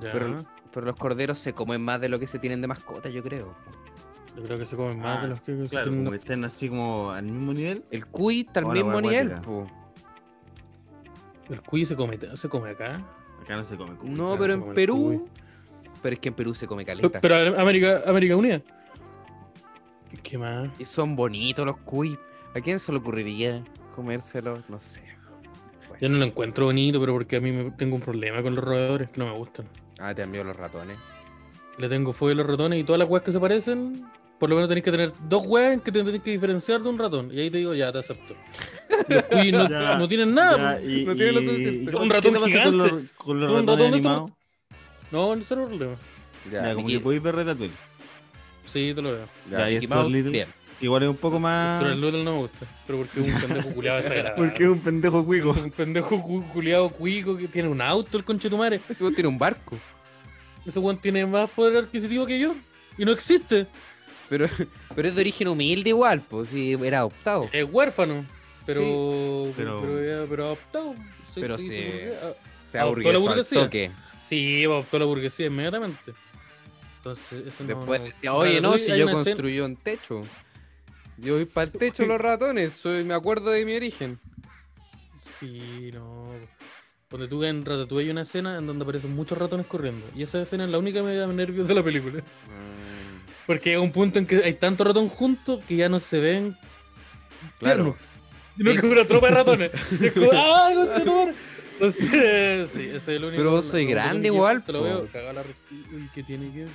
Pero Pero, pero los corderos se comen más de lo que se tienen de mascota, yo creo. yo creo que se comen más Ah, de los que se Claro, tienen- como que estén así como al mismo nivel. El cuy está al Hola, mismo wea nivel, acuática. po. El cuy se come, se come acá. Acá no se come cuy. No, claro, pero se come en el Perú. Pero es que en Perú se come Pero, caleta. pero América, América Unida. ¿Qué más? Y son bonitos los cuy. ¿A quién se le ocurriría comérselos? No sé. Yo no lo encuentro bonito, pero porque a mí me, tengo un problema con los roedores que no me gustan. Ah, te han miedo los ratones. Le tengo fobia a los ratones y todas las weas que se parecen, por lo menos tenés que tener dos weas que te tenés que diferenciar de un ratón. Y ahí te digo, ya, te acepto. <laughs> Los cuyes no, Ya, no tienen nada. y, No tiene lo suficiente. ¿cómo- Un qué ratón te pasa Con gigante. los, con los Un ratón ratones de animados. No, no es el problema. Ya, Ya, como Mickey- que podéis ver Ratatouille. Sí, te lo veo. ya, ya, y Mickey Stuart Mouse, Little. bien. Igual es un poco más. Pero el Lutel no me gusta. Pero porque es un pendejo culiado desagradable. Ah. Porque es un pendejo <laughs> cuico. Un pendejo cu- culiado cuico que tiene un auto, el conchetumare. Ese weón tiene un barco. Ese weón tiene más poder adquisitivo que yo. Y no existe. Eh, <laughs> Pero, pero es de origen humilde igual, pues si era adoptado. Es huérfano. Pero, pero- pero, pero, pero adoptado. Se- Pero se hizo se- burgués. Se Ah, toda la aburrió al burguesía. toque. Ah, Sí, adoptó la burguesía inmediatamente. Entonces, eso no- Después no- decía, oye, no, si hay yo una escena- construyo un techo. Yo voy para el techo los ratones, soy, me acuerdo de mi origen. Sí, no. Donde tú en Ratatouille hay una escena en donde aparecen muchos ratones corriendo. Y esa escena es la única que me da nervios de la película. <laughs> Mm, Porque llega un punto en que hay tantos ratones juntos que ya no se ven. Claro. tiernos. Sino Sí. que una tropa de ratones. <laughs> Y es como, ¡ah, conchetumare! Entonces, sí, ese es el único. Pero vos soy la- la- grande la- igual, Te lo veo, po. cagado la risa. Uy, ¿qué tiene que ver?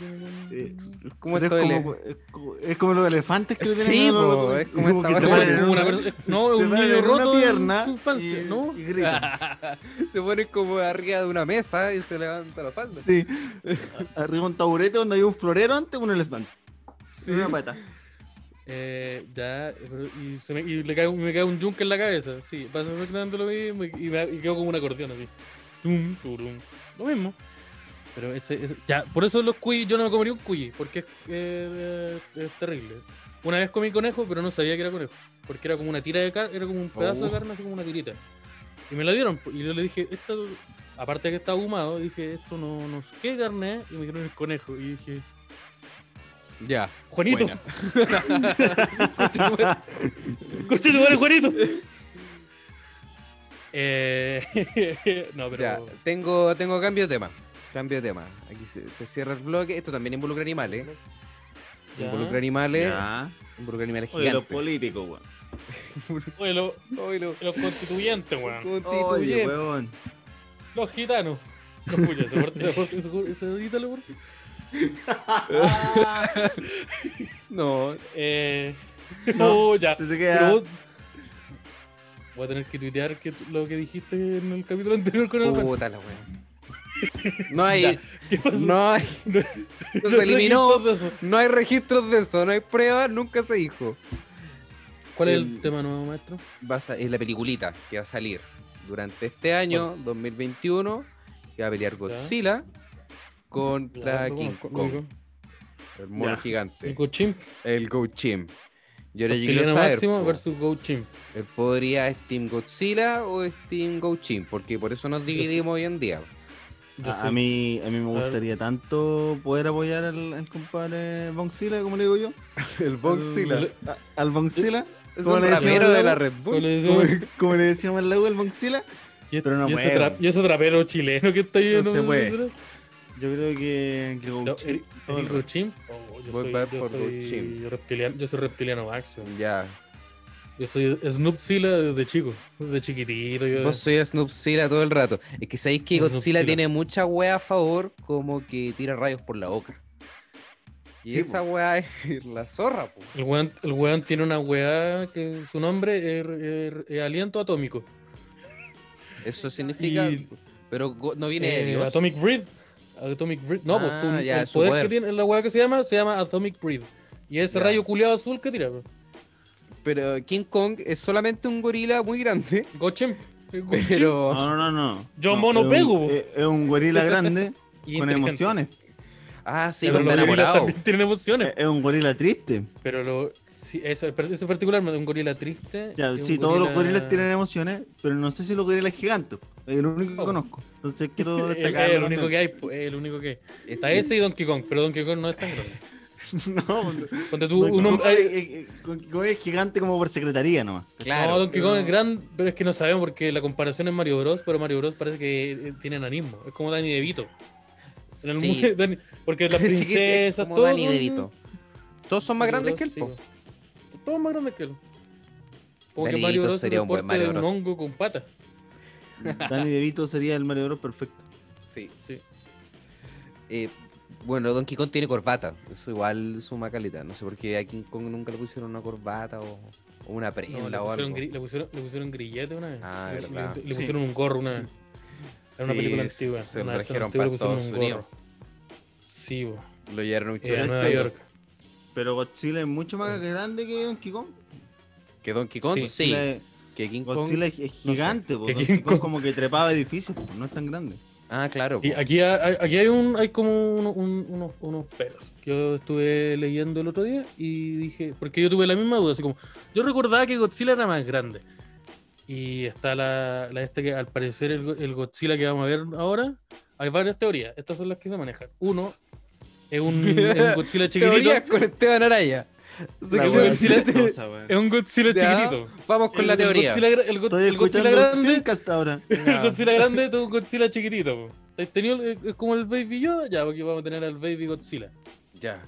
Eh, ¿Cómo Pero estoy? es, como, es como- es como los elefantes que Sí, tienen po, los- es como que esta weá se que ponen es en como una una <laughs> persona- no, es se un ponen niño en roto en pierna su infancia, y- ¿no? Ah. y gritan. <laughs> Se pone como arriba de una mesa y se levanta la falda. Sí. <laughs> Arriba un taburete donde hay un florero antes un elefante. Sí. Y una pata. Eh, ya, pero- y, se me, y le cae, un- me cae un yunque en la cabeza. Sí, pasa exactamente lo mismo y, y me, y quedo como un acordeón así. Tum, turum. Lo mismo. Pero ese, ese- ya, por eso los cuy, yo no me comería un cuy, porque es, eh, eh, es terrible. Una vez comí conejo, pero no sabía que era conejo, porque era como una tira de carne, era como un pedazo de Oh. carne, así como una tirita. Y me la dieron, po, y yo le dije, esto, aparte de que está ahumado, dije, esto no, no sé qué carne es, y me dijeron el conejo, y dije, Ya. Juanito. buena. Escucha <laughs> tu madre, Juanito. Eh, <laughs> no, pero. Ya, tengo, tengo cambio de tema. Cambio de tema. Aquí se, se cierra el bloque. Esto también involucra animales. Ya. Involucra animales. Ya. Involucra animales Oye, los gigantes. políticos, weón. Oye, lo- Oye, los los constituyentes, weón. pues, Oye, constituyentes. weón. Los gitanos. Los puya, ese corte- ese corte- ese corte- ese edítalo, por favor. No, Eh, No, no, ya. Si se Pero queda. vos- Voy a tener que tuitear que tú- lo que dijiste en el capítulo anterior con el. puta <laughs> la wea. No hay, ¿Qué pasó? <laughs> no hay, Pues, No- no se eliminó, registro de eso. no hay registros de eso, no hay pruebas, nunca se dijo. ¿Cuál es el Em, tema nuevo, maestro? va a sa- es la peliculita que va a salir durante este año, 2021, que va a pelear Godzilla contra Ya, King lo conozco, Kong, lo conozco. el mono Ya. El gigante, Cochimp. el Go Chimp. Yo ahora yo quiero Chileno saber, máximo po, versus Go Chimp. ¿él podría es Team Godzilla o es Team Go Chimp? Porque por eso nos sé. dividimos hoy en día. Ah, Yo A, sé. a mí, a mí me ver. gustaría tanto poder apoyar al, al compadre Bonzilla, como le digo <laughs> yo. El Al, a- al Bonzilla. es ¿Cómo un le decimos rapero al de la lobo? Red ¿Cómo le Bull. decimos? Como, como le decíamos al lago, el Bonzilla. <laughs> Y es- Pero no y ese, puedo. tra- y ese trapero chileno que está ahí No se en- puede. Yo creo que. que No, eh, Gauchín, Eric todo el Eric rato. Rochim. Oh, yo Voy soy, pa- yo por soy Rochim. reptiliano, yo soy reptiliano máximo. Ya. Yo soy Snoopzilla desde chico, desde chiquitito. Yo, Vos soy Snoopzilla todo el rato. Es que sabéis que Snoopzilla. Godzilla tiene mucha wea a favor, como que tira rayos por la boca. Y Sí, esa wea <laughs> es la zorra, po. el, weón, el weón tiene una weá que su nombre es, es- es aliento atómico. Eso significa. Y- Pero Go- no viene de Eh, Dios. Atomic Breed. Atomic Breed. No, pues Ah, su, ya, el su poder, poder. que tiene, la weá que se llama, se llama Atomic Breed. Y ese Ya. rayo culeado azul que tira. pues. Pero King Kong es solamente un gorila muy <laughs> grande. Gochim. Pero. No, no, no. no. eh, Yo No, mono es un- pego. Es, es un gorila <laughs> grande con emociones. Ah, sí, Pero cuando los gorilas enamorado. también tienen emociones. Es, es un gorila triste. Pero lo, sí, eso, eso en particular, un gorila triste. y Ya, un sí, todos los gorila- gorilas tienen emociones, pero no sé si los gorilas gigantes. Es el único que Oh. conozco. Entonces quiero <laughs> eh, Es el, destacar. único que hay, po, es el único que hay. Está Este- ese y Donkey Kong, pero Donkey Kong no es tan grande. <laughs> No, Ponte tú, Donkey un Kong hombre- eh, es- es- es- Donkey Kong eh, es gigante como por secretaría <laughs> nomás. Claro. no, Donkey pero- Kong es gran, pero es que no sabemos porque la comparación es Mario Bros, pero Mario Bros parece que eh, tiene enanismo. Es como Danny DeVito. En el Sí. mundo- Danny- porque las <laughs> Sí, es princesas, como todos Danny son- DeVito. Todos son más Mario grandes que él, Bros, po. sí, po. Todos más grandes que él. Como Danny que Mario DeVito Bros sería es un buen deporte Mario de un Bros. hongo con patas. Danny DeVito sería el Mario Bros perfecto. Sí. Sí. Eh, bueno, Donkey Kong tiene corbata. Eso igual suma calidad. No sé por qué a King Kong nunca le pusieron una corbata o, o una No, prenda le, o pusieron algo. gri- le, pusieron, le pusieron grillete una vez. Ah, le, le- verdad. le Sí. pusieron un gorro una vez. Era una Sí, película se- antigua. Se lo una versión trajeron antigua, para le pusieron Estados un Unidos. gorro. Sí, bo. Lo llevaron a un Eh, a ¿este? chileno. Nueva York. Pero Godzilla es mucho más grande que Donkey Kong. Que Donkey Kong, Sí. sí. Godzilla, Que King Kong. Godzilla es, es no sé, gigante, po. que Donkey King Kong Kong- como que trepaba edificios, po, no es tan grande. Ah, claro. Y po. aquí hay, aquí hay, un, hay como uno- un- unos, unos pelos. Yo estuve leyendo el otro día y dije, porque yo tuve la misma duda, así como, yo recordaba que Godzilla era más grande. Y está la, la esta que al parecer el, go- el Godzilla que vamos a ver ahora. Hay varias teorías. Estas son las que se manejan. Uno, es un, es un Godzilla chiquitito. <laughs> Teorías con Esteban Araya. La Sección wea Godzilla- chistosa, weón. Es un Godzilla Ya, chiquitito. Vamos con la El- teoría. El Ah. Godzilla, el Go- Estoy el Godzilla escuchando el grande. Filmcast ahora. <laughs> El Godzilla grande es un Godzilla chiquitito. po. ¿Has tenido el- es como el Baby Yoda? Ya, porque vamos a tener al Baby Godzilla. Ya.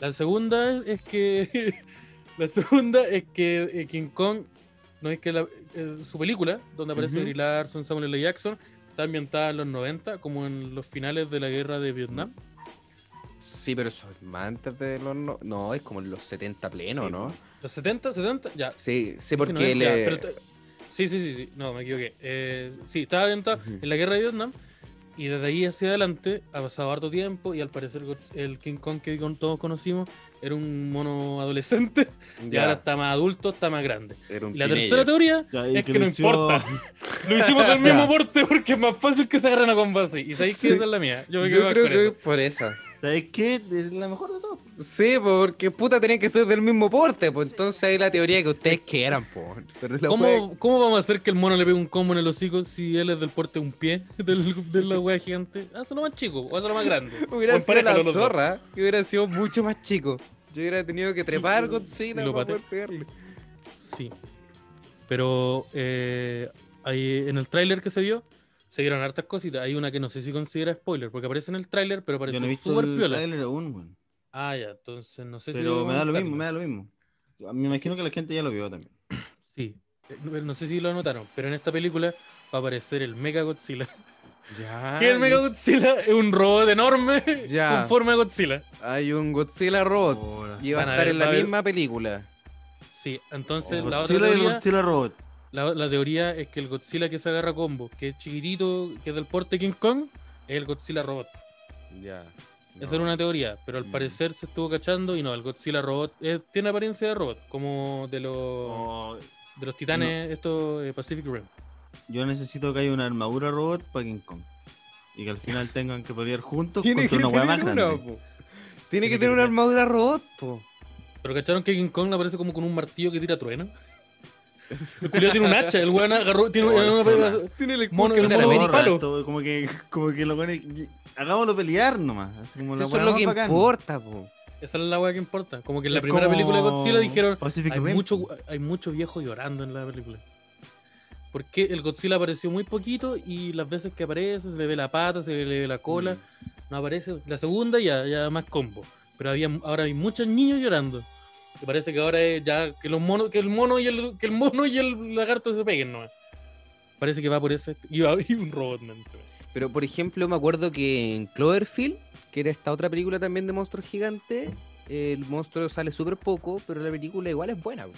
La segunda es- es que. <laughs> la segunda es que eh, King Kong, no es que la- eh, su película, donde aparece Ujú. Brie Larson, Samuel L. Jackson, está ambientada en los 90, como en los finales de la guerra de Vietnam. Sí, pero eso es más antes de los. No, no, es como en los 70 pleno, Sí, ¿no? Los 70, 70, ya. Sí, Dije sí, porque 90, le- ya, pero te- Sí, sí, sí, sí, no, me equivoqué. Eh, sí, estaba ambientada Ujú. en la guerra de Vietnam y desde ahí hacia adelante ha pasado harto tiempo y al parecer Godz- el King Kong que con- todos conocimos era un mono adolescente y ahora ya, está más adulto, está más grande. era un Y la teenager. tercera teoría Ya, y es que lo no hizo- importa. Lo hicimos del <laughs> Ya. mismo porte porque es más fácil que se agarren a combate. Y sabéis que Sí. esa es la mía. Yo me quedo Yo más creo con que eso. por esa. ¿Sabes qué? Es la mejor de todas. Sí, porque puta tenía que ser del mismo porte, pues entonces ahí la teoría que ustedes quieran, po. Pero la wea- ¿Cómo, ¿Cómo vamos a hacer que el mono le pegue un combo en el hocico si él es del porte de un pie <laughs> del, de la wea gigante? Hazlo más chico o hazlo más grande. <laughs> hubiera O en sido pareja, la los dos. zorra, que hubiera sido mucho más chico. Yo hubiera tenido que trepar Godzilla Y <laughs> lo para pateé. poder pegarle. Sí. Pero eh, ahí en el tráiler que se vio, se vieron hartas cositas. Hay una que no sé si considera spoiler, porque aparece en el tráiler, pero Yo aparece no he visto súper el piola. tráiler aún, weón. Ah, ya, entonces no sé si... Pero lo me da lo comentaron. mismo, me da lo mismo. Me imagino que la gente ya lo vio también. Sí. Eh, No no sé si lo notaron, pero en esta película va a aparecer el Mega Godzilla. Ya. <laughs> que el Ah, y Mega es- Godzilla es un robot enorme Ya. con forma de Godzilla. Hay un Godzilla robot y va a Van a estar ver, en la va a haber- misma película. Sí, entonces la otra Godzilla y el teoría, Godzilla Robot. la, la teoría es que el Godzilla que se agarra a combo, que es chiquitito, que es del porte King Kong, es el Godzilla robot. Ya. Esa era una teoría, pero al Mm. parecer se estuvo cachando y no, el Godzilla robot eh, tiene apariencia de robot, como de los Oh, de los titanes estos eh, Pacific Rim. Yo necesito que haya una armadura robot para King Kong. Y que al final tengan que pelear juntos <laughs> Tiene que contra una tener weá más una, grande. po. Tiene que tener una armadura robot, po. Pero cacharon que King Kong aparece como con un martillo que tira <laughs> trueno. El culiao tiene un hacha, el weón agarró, tiene Oh, era una- sí. Tiene el Mono- escudo el de la mono América. un palo. esto, como que, como que lo pone. Hagámoslo pelear nomás. Así como Si la Eso weá es lo más que bacán. importa, po. Esa es la weá que importa. Como que en la Es primera como película de Godzilla dijeron Pacific hay Rim. mucho, hay mucho viejo llorando en la película. Porque el Godzilla apareció muy poquito y las veces que aparece se le ve la pata, se le ve la cola, Mm. no aparece. La segunda ya, ya más combo. Pero había, ahora hay muchos niños llorando. Y parece que ahora es ya que los monos, que el mono y el, que el mono y el lagarto se peguen nomás. Parece que va por eso. Y va y un robot man. Pero por ejemplo, me acuerdo que en Cloverfield, que era esta otra película también de monstruos gigantes, el monstruo sale súper poco, pero la película igual es buena. po.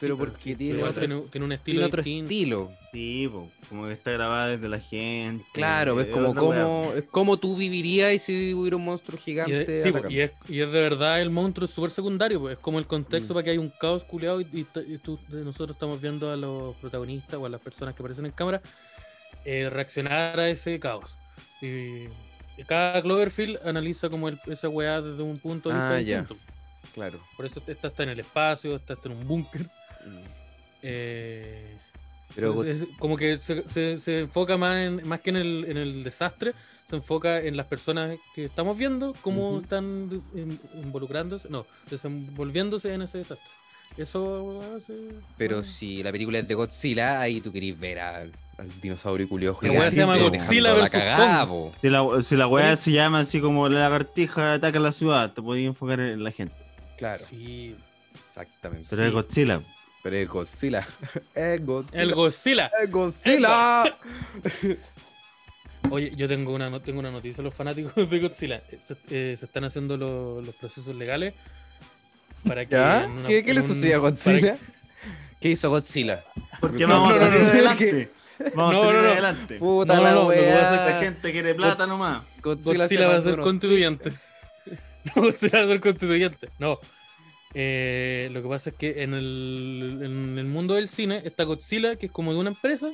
Pero pero- porque Pero tiene igual otro, Tiene, tiene un estilo tiene otro distinto. estilo. Sí, po, como que está grabada desde la gente. Claro, es como otra weá. cómo, es como tú vivirías si hubiera un monstruo Y gigante. es, sí, po, atacando. y es- y es de verdad el monstruo es súper secundario, po, es como el contexto Mm. para que hay un caos culeado y, y t- y tú- nosotros estamos viendo a los protagonistas o a las personas que aparecen en cámara eh, reaccionar a ese caos. Y, y cada Cloverfield analiza como el- esa weá desde un punto de vista Ah, ya. distinto. Claro. Por eso esta está en el espacio, esta está en un búnker. Mm. eh, Pero es- es como que se, se- se enfoca más en, más que en el, en el desastre, se enfoca en las personas que estamos viendo, cómo Ujú. están de- in- involucrándose, no, desenvolviéndose en ese desastre. Eso hace. Pero bueno. si la película es de Godzilla, ahí tú querés ver al, al dinosaurio culio La weá gigante. se llama dejando Godzilla la versus cagada, po. Si la, si la weá Oye. se llama así como la lagartija ataca la ciudad, te podías enfocar en la gente. Claro, Sí, exactamente. Pero es Godzilla. Pero es <laughs> Godzilla. Es Godzilla. el Godzilla. ¡Es Godzilla! Oye, yo tengo una, no- tengo una noticia, los fanáticos de Godzilla. Eh, Se, eh, se están haciendo los- los procesos legales para que. ¿Ya? en una- ¿Qué, qué le en un- sucedió a para que- Godzilla? ¿Qué hizo Godzilla? Porque No, vamos no, a no, salir no, adelante. Vamos No, a salir no, no. adelante. Puta No, la no, lo que pasa es weá. que La gente quiere plata nomás. Godzilla, va a ser constituyente. <laughs> Godzilla va a ser constituyente. No. Eh, lo que pasa es que en el, en el mundo del cine está Godzilla, que es como de una empresa,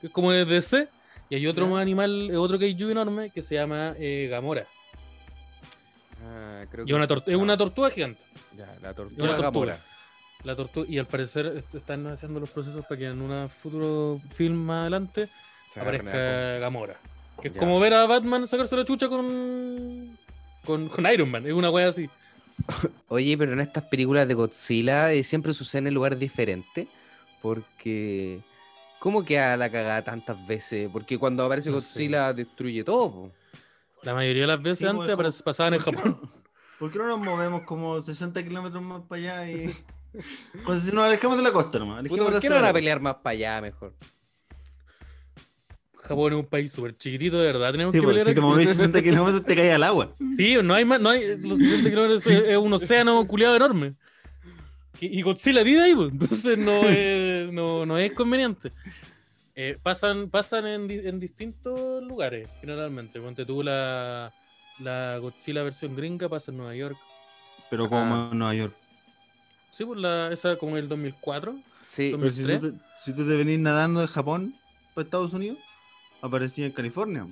que es como de DC, y hay otro más animal, eh, otro kaiju enorme que se llama eh, Gamora. Ah, creo Ah, Y es una tor- es una tortuga gigante. Ya, la una tortuga tortuga. Gamora. La tortuga, y al parecer est- están haciendo los procesos para que en un futuro film más adelante Se agarran a aparezca Gamora. Que es Ya. como ver a Batman sacarse la chucha con. con, con Iron Man. Es una wea así. Oye, pero en estas películas de Godzilla eh, siempre sucede en lugar diferente. Porque. ¿Cómo queda la cagada tantas veces? Porque cuando aparece No sé. Godzilla destruye todo. po. La mayoría de las veces Sí, pues, antes como- apare- pasaban en ¿Por qué Japón. no- ¿Por qué no nos movemos como 60 kilómetros más para allá y. Pues si nos alejamos de la costa nomás. Puta, alejémonos de ¿Por la qué no van a ciudad. pelear más para allá mejor? Japón es un país súper chiquitito, de verdad. Tenemos Sí, que pues, pelear. si te aquí. movís 60 kilómetros te caes al agua. Sí, no hay más, no hay. Los 60 kilómetros es, es un océano culiado enorme. Que- Y Godzilla vive ahí, pues, <laughs> entonces no es, no, no es conveniente. Eh, pasan pasan en, di- en distintos lugares, generalmente. Ponte tú la, la Godzilla versión gringa, pasa en Nueva York. Pero como en Nueva York. Sí, pues la, esa como el 2004. Sí. Son Pero si tú, ¿Tres? te, si tú te venís nadando de Japón para Estados Unidos, aparecía en California.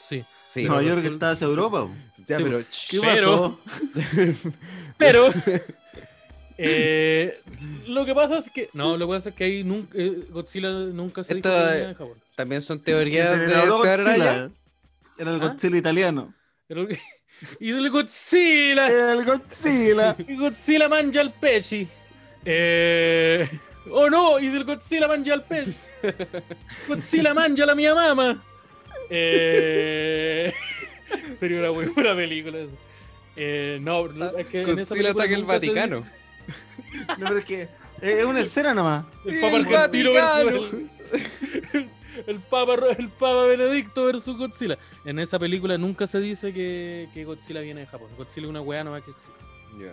Sí. Sí. Nueva pero York resulta- está hacia Europa. po. Ya, Sí, pues. pero. ¿Qué Pero- pasó? <laughs> Pero eh, lo que pasa es que. No, lo que pasa es que ahí nunca, eh, Godzilla nunca se Esto eh, dijo que es- venía de Japón. También son Se teorías de le habló Oscar Araya. Godzilla. eh. Era el ¿Ah? Godzilla italiano. Pero- <laughs> y el Godzilla. Eh. El Godzilla. Il Godzilla mangia il pesci. Eh... Oh no, il Godzilla mangia il <laughs> pesci. Godzilla mangia la mia mamma. Eh... <laughs> Sería una muy buena película esa. Eh, no, no, es que en esa Godzilla película ataca el nunca se Vaticano. dice- <laughs> No, pero es que eh, es es una escena nomás. El Papa ¡El argentino versus Vaticano! el, el Papa, Ro- el Papa Benedicto versus Godzilla. En esa película nunca se dice que, que Godzilla viene de Japón. Godzilla es una weá nomás que existe. Ya.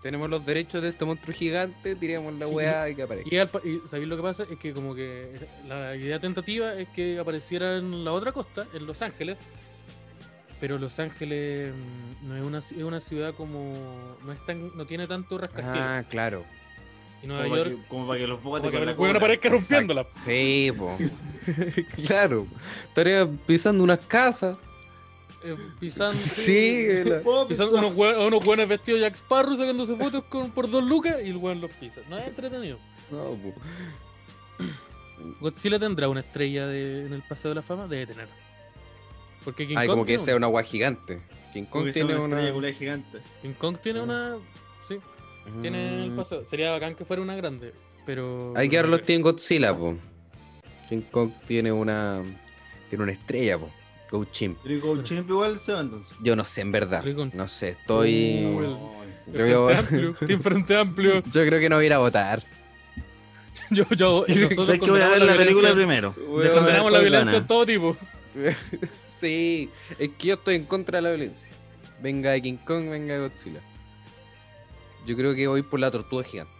Tenemos los derechos de este monstruo gigante, tiramos la Sí, weá y que aparezca. Y, al pa- y ¿sabéis lo que pasa? Es que como que la idea tentativa es que apareciera en la otra costa, en Los Ángeles. Pero Los Ángeles mm, no es una, ci- es una ciudad como... No, es tan, no tiene tanto rascacielos. Ah, claro. y Nueva Como para, York... que, como para que los botes como que con la el weón cola. aparezca rompiéndola. Sí, po. <laughs> claro. Estaría pisando unas casas. eh, pisando... Sí, la- Puedo Pisando pisar- unos hue- a unos hueones vestidos de Jack Sparrow sacándose fotos con, por dos lucas y el hueón los pisa. No es entretenido. No, po. Godzilla tendrá una estrella de- en el Paseo de la Fama. Debe tener. Porque King Ay, Kong como que tiene sea una weá gigante. King Como Kong que sea tiene una una. estrella culé gigante. King Kong tiene Ah. una. Sí, tiene el Mm. paseo. Sería bacán que fuera una grande, pero. Hay que ver los Team Godzilla, po. King Kong tiene una. Tiene una estrella, po. Go Chimp. Pero con Chimp igual se va entonces. Yo no sé, en verdad. Go Chimp. No sé, estoy. Uh, el- yo, Frente yo- amplio, tiene frente amplio. <laughs> yo creo que no voy a ir a votar. Yo, yo, Sí, nosotros ¿Sabes que voy a ver condenamos la película violencia- primero? Weón, Déjame ver Condenamos la cuál violencia gana. de todo tipo. Sí, es que yo estoy en contra de la violencia. Venga de King Kong, venga de Godzilla. Yo creo que voy por la tortuga gigante.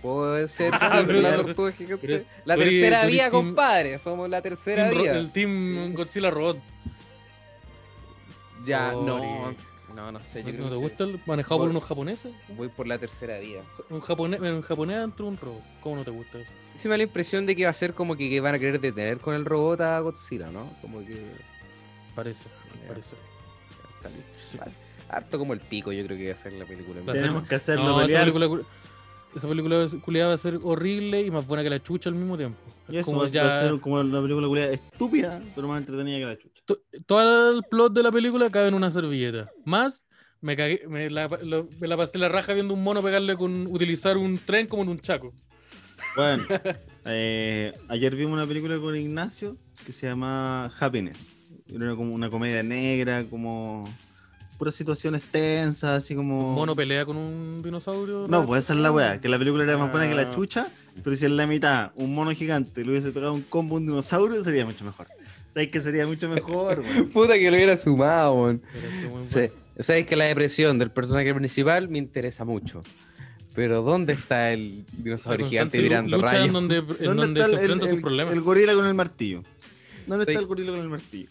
Puedo ser Ah, por la pero- tortuga gigante. pero- la tú eres- tercera tú eres vía, team- compadre. Somos la tercera Team Ro- vía. el Team Godzilla Robot. Ya, no. Sorry. No, no sé. Yo creo Oh, ¿No te que sí. gusta el manejado por Por- unos japoneses? Voy por la tercera vía. Un japonés, un japonés dentro de un robot. ¿Cómo no te gusta eso? Y se me da la impresión de que va a ser como que, que van a querer detener con el robot a Godzilla, ¿no? Como que. Parece, Ya. parece. Está listo. Vale. Harto como el pico, yo creo que va a ser la película. Va a ser- Tenemos que hacerlo No, esa pelear. película, cul- esa película culiada va a ser horrible y más buena que la chucha al mismo tiempo. Y eso Como va, ya- va a ser como una película culiá estúpida, pero más entretenida que la chucha. to- todo el plot de la película cabe en una servilleta. Más, me, cagué- me, la, lo- me la pasé la raja viendo un mono pegarle con utilizar un tren como en un chaco. <laughs> Bueno, eh, ayer vimos una película con Ignacio que se llama Happiness. Era como una comedia negra, como puras situaciones tensas, así Un como. mono pelea con un dinosaurio. Mm. No, pues esa es la weá, que la película era más buena que Ah. la chucha, pero si en la mitad un mono gigante le hubiese pegado un combo a un dinosaurio, sería mucho mejor. ¿Sabes que sería mucho mejor? weón. Puta que lo hubiera sumado, weón. Pero ese buen- Sí. Sabes que la depresión del personaje principal me interesa mucho. Pero ¿dónde está el dinosaurio Constante gigante lu- tirando lucha rayos? En donde, <laughs> en donde está se el- el, enfrenta sus el- problemas. el gorila con el martillo? ¿Dónde Sí. está el gorila con el martillo?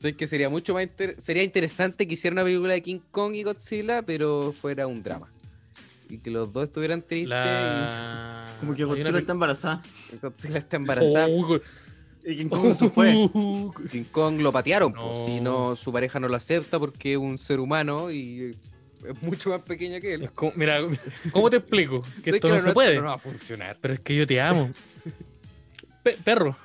Sabes que sería mucho más inter- sería interesante que hiciera una película de King Kong y Godzilla, pero fuera un drama. Y que los dos estuvieran tristes La... Como que hay una Godzilla pe- está embarazada. y Godzilla está embarazada. Oh, go- Y King Kong Uh. se <laughs> fue. King Kong lo patearon, pues, No. si no su pareja no lo acepta porque es un ser humano y eh, es mucho más pequeña que él. Es como- <laughs> mira, ¿cómo te explico? Que Sé esto que no la se nota puede. No va a funcionar. Pero es que yo te <laughs> amo. Pe- perro.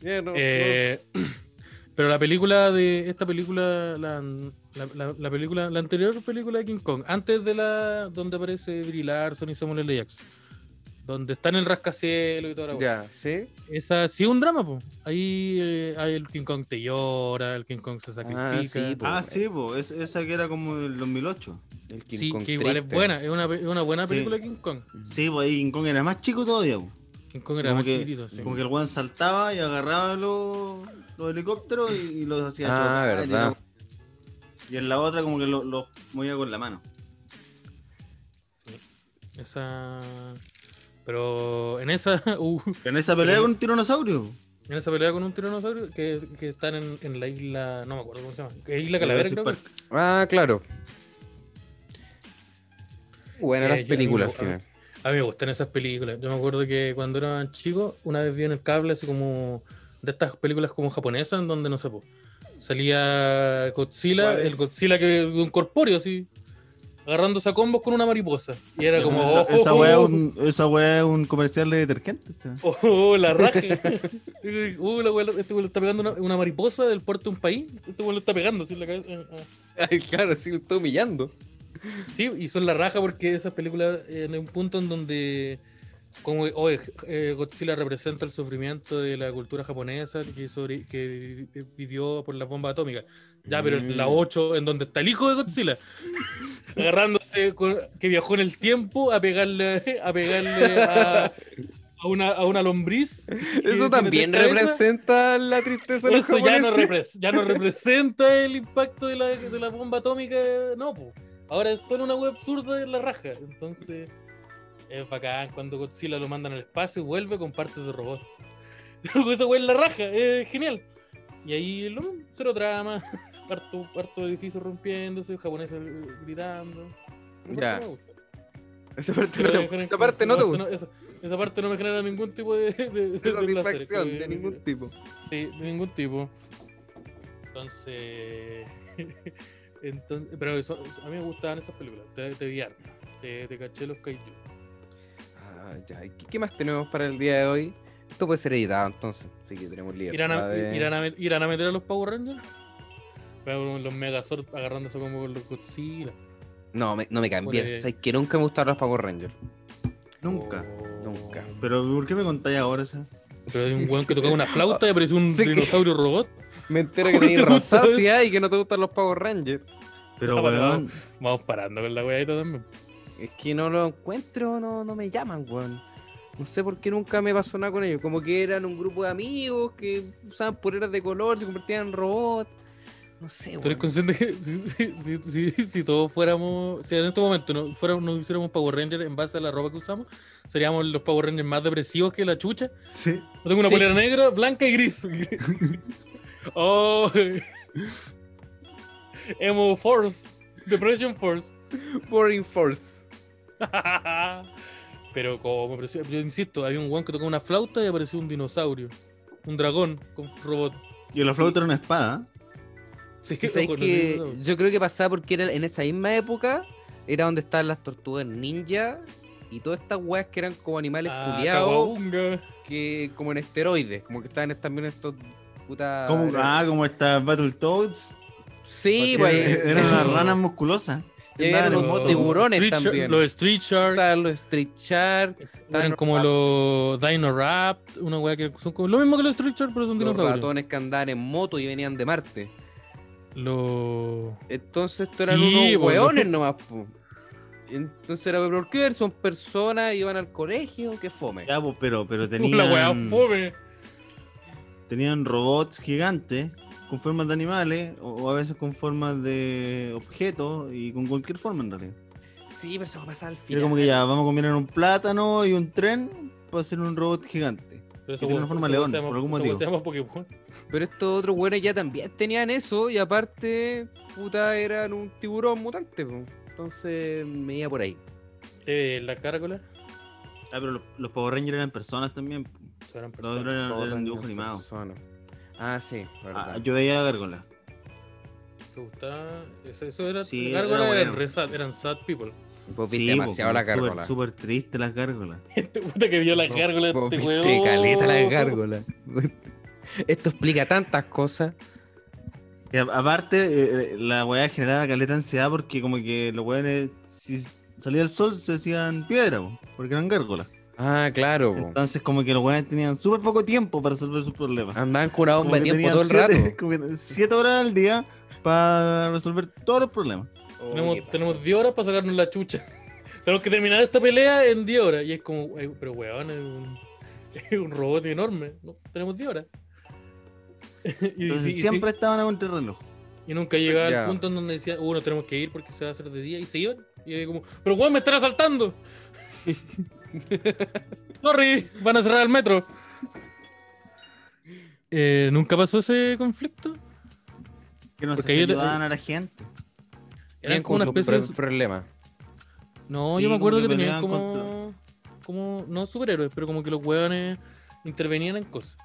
Ya, no- no- Eh, <clears throat> pero la película de esta película, la, la- la- la película, la anterior película de King Kong, antes de la donde aparece Brie Larson y Samuel L. Jackson, donde están en el rascacielos y toda la wea. ya, ¿sí? Esa sí es un drama, po. Ahí eh, ahí el King Kong te llora, el King Kong se sacrifica. Ah, sí, po. Ah, sí, pues, esa que era como del 2008. El King Sí, Kong que igual es triste. buena, es una, es una buena Sí. película de King Kong. Sí, pues ahí King Kong era más chico todavía. po. King Kong era Como más que, chiquitito, sí. como que el weón saltaba y agarraba los, los helicópteros y, y los hacía Ah, chocar y verdad. la- Y en la otra como que los lo movía con la mano. Esa. Pero en esa. <laughs> uh, Pero en esa pelea Sí. con un tiranosaurio. po. en esa pelea con un tiranosaurio que, que están en, en la isla. No me acuerdo cómo se llama. que Isla Calavera, Jurassic creo. que- Park. Ah, claro. Buena Eh, las yo- a mí películas me al final. A mí me gustan esas películas. Yo me acuerdo que cuando era chico, una vez vi en el cable así como de estas películas como japonesas en donde no sé, po, salía Godzilla, ¿Cuál es? el Godzilla que de un corpóreo así, agarrándose a combos con una mariposa. Y era como esa, oh, esa oh, weá es oh, un, esa weá es un comercial de detergente. este, esta. oh, oh, la <laughs> raja. uh, la weá, este güey le está pegando una, una mariposa del puerto de un país. Este güey le está pegando así en la cabeza. Ah, ah. <laughs> Ay, claro, sí, lo estoy humillando. Sí, y son la raja porque esas películas eh, en un punto en donde como oye, eh, Godzilla representa el sufrimiento de la cultura japonesa que, sobre, que vivió por las bombas atómicas. Ya, pero en la Mm. 8, en donde está el hijo de <laughs> Godzilla, agarrándose con- que viajó en el tiempo a pegarle a pegarle a, a una, a una lombriz. que Eso tiene también tres cabezas. representa la tristeza de los Eso ya no, japoneses. repres- ya no representa el impacto de la, de la bomba atómica, no, po. Ahora es solo una web absurda de la raja. Entonces, es bacán. Cuando Godzilla lo mandan al espacio, vuelve con partes de robot. <laughs> Esa wea es la raja, es genial. Y ahí, lo mismo, cero trama, <laughs> harto, harto edificio rompiéndose, japoneses eh, gritando. Esa Ya. parte me gusta. Esa parte Pero no te me genera- gusta. Esa parte no te gusta. esa, esa parte no me genera ningún tipo de, de- de- de De placer, satisfacción como de que- ningún tipo. Sí, de ningún tipo. Entonces. <laughs> entonces pero eso, eso- a mí me gustaban esas películas. Te, te vi harto. Te, te caché los kaiju. Ah, ya. ¿Qué, qué más tenemos para el día de hoy? Esto puede ser editado entonces, así que tenemos libertad. ¿Irán a, de- irán, a, met- irán a meter a los Power Rangers? Veo como los Megazord agarrándose como con los Godzilla. No, me, no me cambié. Bueno, eh. Sabes que nunca me gustaron los Power Rangers. Nunca. Oh. nunca. Pero ¿por qué me contáis ahora esa? Pero hay un weón que tocaba una flauta y apareció un <laughs> Sí que- dinosaurio robot. Me entero que ¿Cómo tenéis te gusta rosácea y que no te gustan los Power Rangers. Pero Ah, bueno. weón, Vamos parando con la weadita también. Es que no los encuentro, no, no me llaman, weón. No sé por qué nunca me pasó nada con ellos. Como que eran un grupo de amigos que usaban poleras de color, se convertían en robots. No sé, ¿Tú eres weón. consciente que si, si, si- si- si todos fuéramos, si en este momento no, fuéramos, no hiciéramos Power Rangers en base a la ropa que usamos, seríamos los Power Rangers más depresivos que la chucha? sí. Yo tengo una Sí. polera negra, blanca y gris. oh. Emo Force. Depression Force. <laughs> Boring Force. Pero como apareció- yo insisto, había un guan que tocó una flauta y apareció un dinosaurio. Un dragón con robot. Y la flauta era una espada. Sí, Y sabes ojo, no sé, que no sé. yo creo que pasaba porque era en esa misma época era donde estaban las tortugas ninja y todas estas weas que eran como animales Ah, culiados Kawabunga. que como en esteroides, como que estaban también estos puta Como, era- ah, como esta Battletoads. Sí, Era- pues Eran era- <laughs> <laughs> unas ranas musculosas. Ya Andaban eran en los moto. tiburones Street Shark- también. Los Street Sharks. estaban los Street Shark, Eran como los Dino Rapt, una weá que son como lo mismo que los Street Sharks, pero son los dinosaurios. ratones que andaban en moto y venían de Marte. Los. Entonces esto eran Sí, unos po, hueones nomás, po. Entonces era ¿por qué son personas iban al colegio, qué fome. Ya, pues, pero, pero <laughs> La weá tenían, fome. tenían robots gigantes con formas de animales o, o a veces con formas de objetos y con cualquier forma en realidad. Sí, pero eso va a pasar al final. Era como que ya, vamos a combinar un plátano y un tren para hacer un robot gigante. Pero tiene una weá- forma esa león, weá se por algún esa weá motivo. Se llama Pokémon. Pero estos otros güeyes ya también tenían eso y aparte, puta, eran un tiburón mutante, po. Entonces me iba por ahí. ¿Te ve Eh, la caracola? Ah, pero los, los Power Rangers eran personas también. Ah, Eso eran Los otros personas. eran, Todos eran eran dibujos animados. personas. Ah, sí, verdad. Ah, yo veía a Gárgola. se gustaba. Eso, eso era. Sí, la gárgola era eran, bueno. re sad, eran sad people. <laughs> Vos Sí, pues, viste po, demasiado la súper- gárgola. Súper triste las gárgolas. Este puta que vio la Vos- gárgola vos este viste weón. caleta la gárgola. <laughs> Esto explica tantas cosas. Y a- aparte, eh, eh, la weá generaba caleta ansiedad porque como que los weones, si salía el sol, se hacían piedra, po, porque eran gárgolas. Ah, claro. po. Entonces como que los weones tenían súper poco tiempo para resolver sus problemas. Andaban con una Como bomba de que tiempo tenían todo el siete- <laughs> rato. <laughs> como que siete horas al día para resolver todos los problemas. Tenemos, Oye, po. tenemos 10 horas para sacarnos la chucha. <laughs> Tenemos que terminar esta pelea en 10 horas. Y es como, "Ay, pero weón, es un, <laughs> es un robot enorme. No, tenemos 10 horas. <laughs> y, Entonces y- y- siempre estaban a contrarreloj. y nunca llegaba Ya. al punto en donde decía, uh, nos tenemos que ir porque se va a hacer de día. Y se iban. Y yo como, pero weón, me están asaltando. Sorry, van a cerrar el metro. Eh, ¿Nunca pasó ese conflicto? Que no se Porque ahí te- ayudaban a la gente. Eran Tenían como una como sus especie de... pro- problemas. No, Sí, yo como me acuerdo que que, tenían peleaban como. como. no superhéroes, pero como que los hueones intervenían en cosas.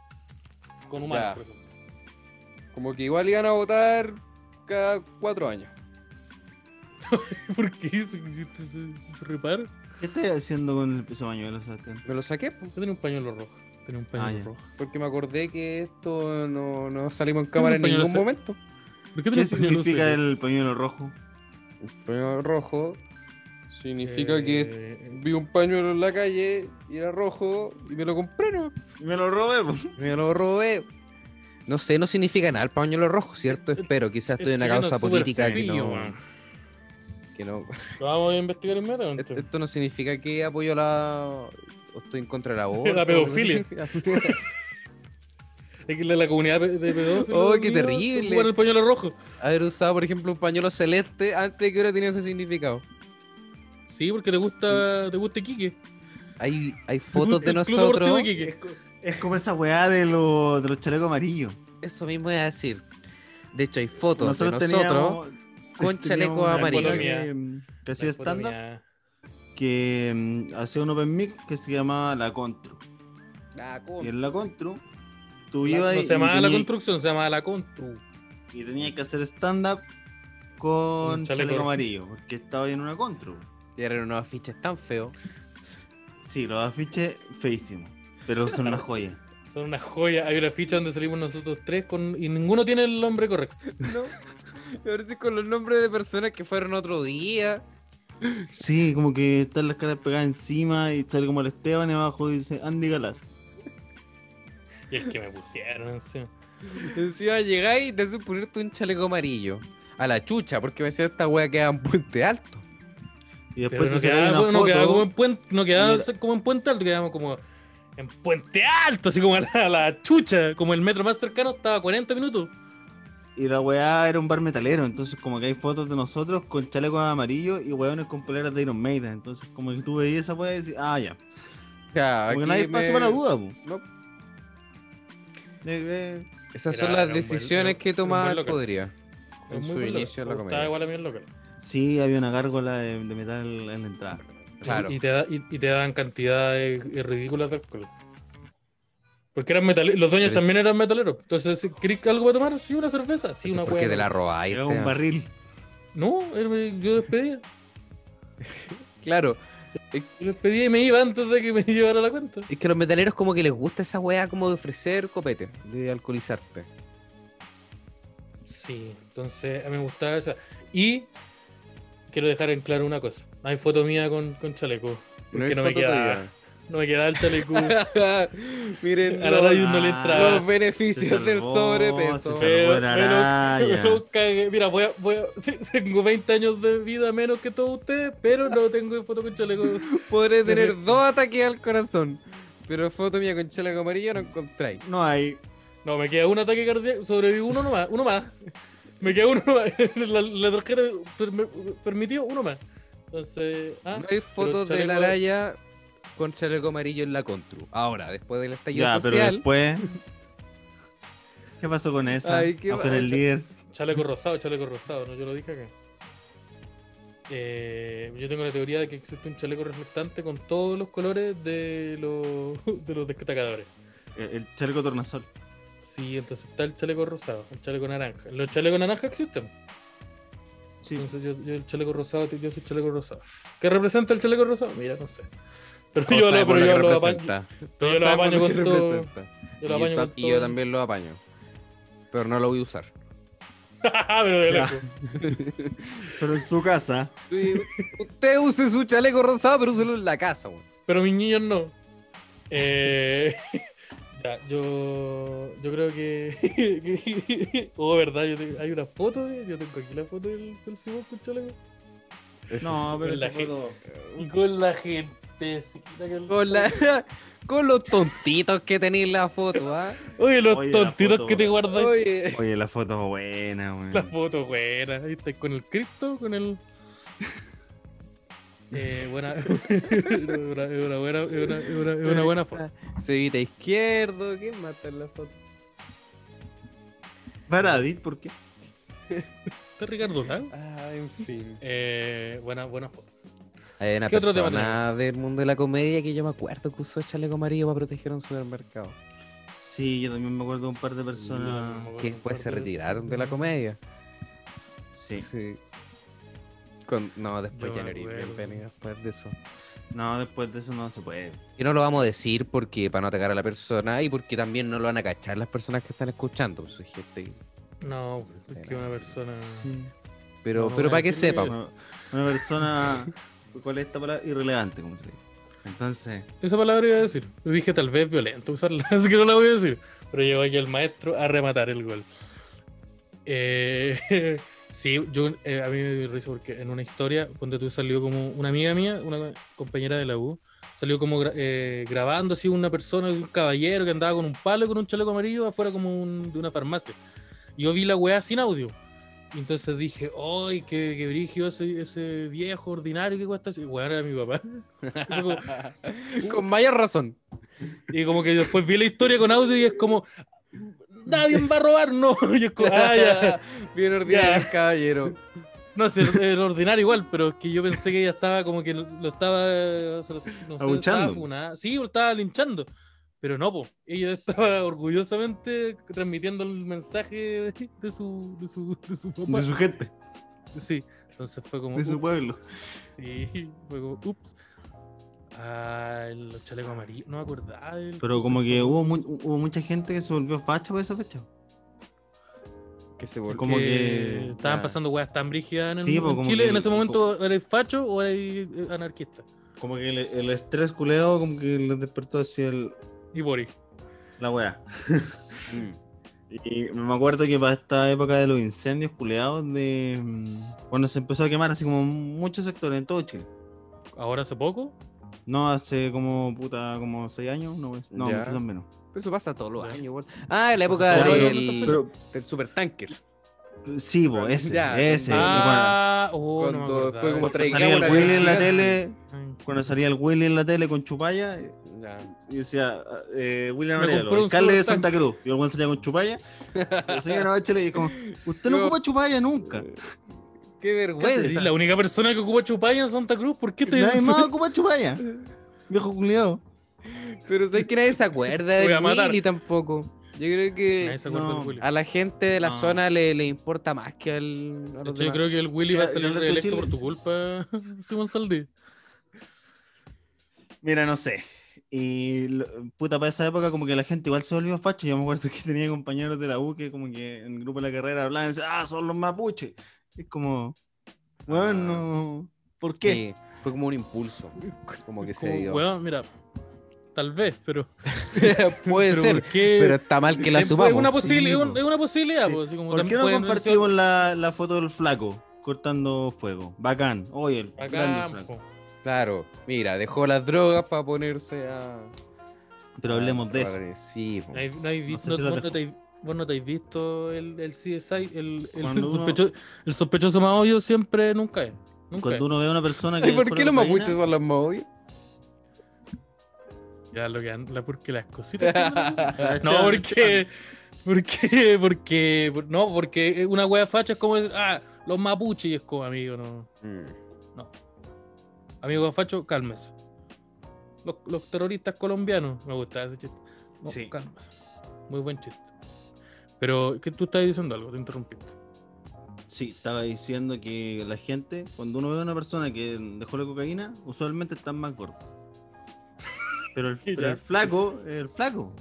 Con humanos, Ya. por ejemplo. <laughs> Como que igual iban a votar cada cuatro años. ¿Por qué eso hiciste ese- ese reparo? ¿Qué estás haciendo con el peso bañuelo, Sebastián? Me lo saqué po, Yo tenía un pañuelo rojo. Tenía un pañuelo Ah, ya. rojo. porque me acordé que esto no, no salimos en cámara en pañuelo ningún se- momento. ¿Por qué tenía ¿eh? ¿Qué un pañuelo significa seco? el pañuelo rojo? Pañuelo rojo significa que Eh, vi un pañuelo en la calle y era rojo y me lo compré, ¿no? Me lo robé, po. Me lo robé. No sé, no significa nada el pañuelo rojo, ¿cierto? Espero, quizás estoy en una chileno causa es súper política que frío, no, weón. que no- Lo vamos a investigar en meta. Esto, esto no significa que apoyo la... o estoy en contra de <laughs> la aborto. La pedofilia. Es que la, la comunidad de de pedófilos. Oh, qué amigos, terrible. ocupan el pañuelo rojo. Haber usado, por ejemplo, un pañuelo celeste antes de que ahora tenía ese significado. Sí, porque te gusta, te gusta Quique. Hay, hay fotos de El Club Deportivo nosotros. Iquique. Es como esa weá de, los de los chalecos amarillos. Eso mismo es decir. De hecho, hay fotos Nosotros de nosotros. teníamos. con chaleco teníamos una amarillo. amiga Que, que hacía La foto stand-up, mía. que mm, hacía un open mic que se llamaba La Contro. Ah, ¿cómo? Y en La Contro, tú No ibas y- se llamaba y, la tenías- construcción, se llamaba la constru. y tenías que hacer stand-up con Un chaleco, chaleco rojo. amarillo, porque estaba en una Contro. Y eran unos afiches tan feos. Sí, los afiches feísimos, pero son una joya. Son una joya. Hay una ficha donde salimos nosotros tres con... y ninguno tiene el nombre correcto. No. Ahora con los nombres de personas que fueron otro día. Sí, como que están las caras pegadas encima y sale como el Esteban y abajo dice Andy Galas. Y es que me pusieron encima. Encima llegáis y te hacen ponerte un chaleco amarillo. A la chucha, porque me decía esta wea queda en puente alto. Y Pero después no te sale quedaba, una no quedaba como, foto. en puente, no quedaba Mira. como en Puente Alto, quedábamos como en Puente Alto, así como a la, a la chucha. Como el metro más cercano estaba a 40 minutos. Y la weá era un bar metalero, entonces como que hay fotos de nosotros con chalecos amarillos y weones con poleras de Iron Maiden. Entonces como que tú veías esa weá y decís, ah, ya. Ya, Porque aquí no hay me- espacio para duda, po. No. Eh, eh, Esas Era- son era las un buen- decisiones era un- que era un tomaba buen el local. Podría Es en muy su buen local. inicio en la Me comedia. gustaba igual a mí el local. Sí, había una gárgola de, de metal en la entrada. Claro. Y, te da- y, y te daban cantidades eh, ridículas de alcohol. Porque eran metaleros, los dueños Pero- también eran metaleros. Entonces, ¿querés algo para tomar? Sí, una cerveza. Sí, Eso es una porque hueá. te la robáis. Era un Esteban. barril. No, era- yo les pedía. Claro, Yo les pedía y me iba antes de que me <laughs> llevara la cuenta. es que los metaleros como que les gusta esa wea como de ofrecer copete, de alcoholizarte. Sí, entonces a mí me gustaba esa. Y quiero dejar en claro una cosa. No hay foto mía con, con chaleco. hay que no me foto queda. No me queda el <laughs> chaleco. todavía. <laughs> Miren A la los, radio no le entraba. los beneficios Se salvó, del se sobrepeso. salvó en Pero- Araya. Pero cagué. Mira, voy a- <laughs> voy a- tengo 20 años de vida menos que todos ustedes, pero no tengo foto con chaleco. Podré tener dos ataques al corazón. Pero foto mía con chaleco amarillo no encontráis. No hay. No, me queda un ataque cardíaco. Sobreviví uno nomás. Uno más. Me queda uno más. <laughs> La, la tarjeta per- permitió uno más. Entonces. Ah, No hay fotos de la chaleco- araya con chaleco amarillo en la Contru. Ahora, después del estallido Ya, pero social, después. <laughs> ¿Qué pasó con esa? Ay, qué After el mal. líder. Chaleco rosado, chaleco rosado, ¿no? Yo lo dije acá. Eh, yo tengo la teoría de que existe un chaleco reflectante con todos los colores de los, <laughs> de los destacadores. El, el chaleco tornasol. Sí, entonces está el chaleco rosado, el chaleco naranja. Los chalecos naranja existen. Sí. Entonces yo, yo el chaleco rosado, yo soy chaleco rosado. ¿Qué representa el chaleco rosado? Mira, no sé. Pero Todos yo lo, sabemos pero lo yo que lo apaño, representa. Todos yo lo sabemos apaño lo que con todo- representa. yo lo Y yo apaño ta- con y yo todo. <laughs> también lo apaño. Pero no lo voy a usar. Ah, pero de lejos. Pero en su <laughs> casa. Sí, usted use su chaleco rosado, pero úselo en la casa, weón. Pero mis niños no. Eh, <laughs> ya, yo, yo creo que. <laughs> oh, verdad, yo tengo- hay una foto, de- yo tengo aquí la foto del, del Simón con chaleco. No, pero la esa gente. foto. Y con la gente. sí, que el- Con, la- <laughs> con los tontitos que tenéis la foto, ¿ah? Oye, los Oye, la tontitos foto, que te weón. guardan. Oye. Oye, la foto buena, weón. La foto buena. Ahí está, con el cripto, con el. <laughs> Eh, buena. <laughs> es una, es una buena, es una- es una- es una buena foto. Cevita izquierdo, ¿quién mata en la foto? Baradit, ¿por qué? Está Ricardo Lago. Ah, en fin. Eh, buena, buena foto. Hay una ¿Qué otro tema persona del mundo de la comedia que yo me acuerdo que usó chaleco amarillo para proteger a un supermercado. Sí, yo también me acuerdo de un par de Yo personas. me Que acuerdo después se de- retiraron de la comedia. Sí. Sí. Con- no, después Yo ya me no eres acuerdo. bienvenido después de eso. No, después de eso no se puede. Y no lo vamos a decir porque para no atacar a la persona y porque también no lo van a cachar las personas que están escuchando. pues, hay gente que- No, es que una persona. Pero, No, no voy pero a para que decir sepa, que- pues, Una, una persona. <laughs> ¿Cuál es esta palabra? Irrelevante, como se dice. Entonces, Esa palabra iba a decir. Yo dije tal vez violento usarla, <laughs> así que no la voy a decir. Pero llegó aquí el maestro a rematar el gol. Eh, <laughs> sí, yo, eh, a mí me dio risa porque en una historia, ponte tú, salió como una amiga mía, una compañera de la U, salió como gra- eh, grabando así una persona, un caballero que andaba con un palo y con un chaleco amarillo afuera como un- de una farmacia. Y Yo vi la weá sin audio. Y Entonces dije, ¡ay, qué, qué brígido ese, ese viejo ordinario que cuesta! Y weón, era mi papá. <laughs> Y fue como, pues, con mayor razón. y como que después vi la historia con audio y es como, nadie me va a robar, no. <laughs> Y es como, ah, <laughs> ya. Bien ordinario el caballero. No sé, era ordinario igual, pero es que yo pensé que ella estaba como que lo, lo estaba. o sea, no sé, Abuchando. estaba funada. Sí, lo estaba linchando. Pero no, po. ella estaba orgullosamente transmitiendo el mensaje de, de su, de, su, de su papá. de su gente, Sí, entonces fue como. de su "Ups". pueblo. Sí, fue como, ups. Ah, los chalecos amarillos, no me acordaba del. Pero como que hubo, mu- hubo mucha gente que se volvió facha por esa fecha. Que se volvió- volvió. como que- estaban ya. pasando weas tan brígidas en, el- Sí, en pues, como Chile. que- En ese momento, ¿eres facho o eres eh, anarquista? Como que el, el estrés culeo, como que les despertó así el, Y Boris. la wea. Mm. Y me acuerdo que para esta época de los incendios culeados, de mm, cuando se empezó a quemar así como muchos sectores en todo Chile. Ahora hace poco. No, hace como puta, como seis años, no, es- no Ya. quizás menos. Eso pasa todos los Ya. años, weón. Ah, en la Por época supuesto. del, Pero, del supertanker. sí, po, ese, Ya, ese. cuando- y cuando- ah, oh, no me cuando acordaba fue como de cuando, treinta eso. salía el la Willy en la gigante. tele, Ay, cuando salía el Willy en la tele con chupalla, Ya. y decía, eh, William Me Arevalo, compré un alcalde de supertanque. Santa Cruz. Y el buen salía con chupalla. La señora Bachelet, y como, usted no Yo- ocupa chupalla nunca. Qué ¿Qué ¿eres haces? vergüenza. la única persona que ocupa chupalla en Santa Cruz, ¿por qué te Nadie más ocupa chupalla. Viejo culeado. Pero sé que nadie se acuerda Voy de a matar. Willy tampoco. Yo creo que Nadie se acuerda No. del Willy. a la gente de la No. zona le, le importa más que al. a De los hecho, yo demás. creo que el Willy va a Ya, salir yo le estoy reelecto chile- por tu culpa, <laughs> Simón Saldí. Mira, no sé. Y lo- puta, para esa época como que la gente igual se volvió facha. Yo me acuerdo que tenía compañeros de la U que como que en el grupo de la carrera hablaban y decían, ah, son los mapuches. Es como, Ah. bueno, ¿por qué? Sí, fue como un impulso. Como que se Como, dio. weón, mira, tal vez, pero. <laughs> <laughs> Puede pero ser. ¿por qué? Pero está mal que la Es- sumamos. Es una, posibil- Sí, es un- po. es una posibilidad. Sí. po, así como ¿Por qué también no pueden haber sido compartimos la, la foto del flaco cortando fuego? Bacán. Oye, el a grande campo. flaco. Claro, mira, dejó las drogas para ponerse a. Pero hablemos de eso. Padre, Sí, po. No hay- no hay vi- No sé no- si lo vos no dejó. te hay- vos no te habéis visto el, el CSI, el, el, Cuando uno- sospecho- el sospechoso más obvio siempre nunca es. Nunca es. Cuando uno ve a una persona que... Ay, ¿Por dejó qué la los cocaína, mapuches son los más obvios? Ya lo que han- la, porque <laughs> las cositas. <laughs> que andan- no, porque, porque, porque, por- no, porque una wea facha es como, decir, ah, los mapuches y es como, amigo, no, Mm. amigo facho, cálmese. Los, los terroristas colombianos, me gusta ese chiste. No, Sí. cálmese. Muy buen chiste. Pero, que tú estás diciendo algo? Te interrumpiste. Sí, estaba diciendo que la gente, cuando uno ve a una persona que dejó la cocaína, usualmente están más gordos. Pero <laughs> el, pero Ya. el flaco, el flaco.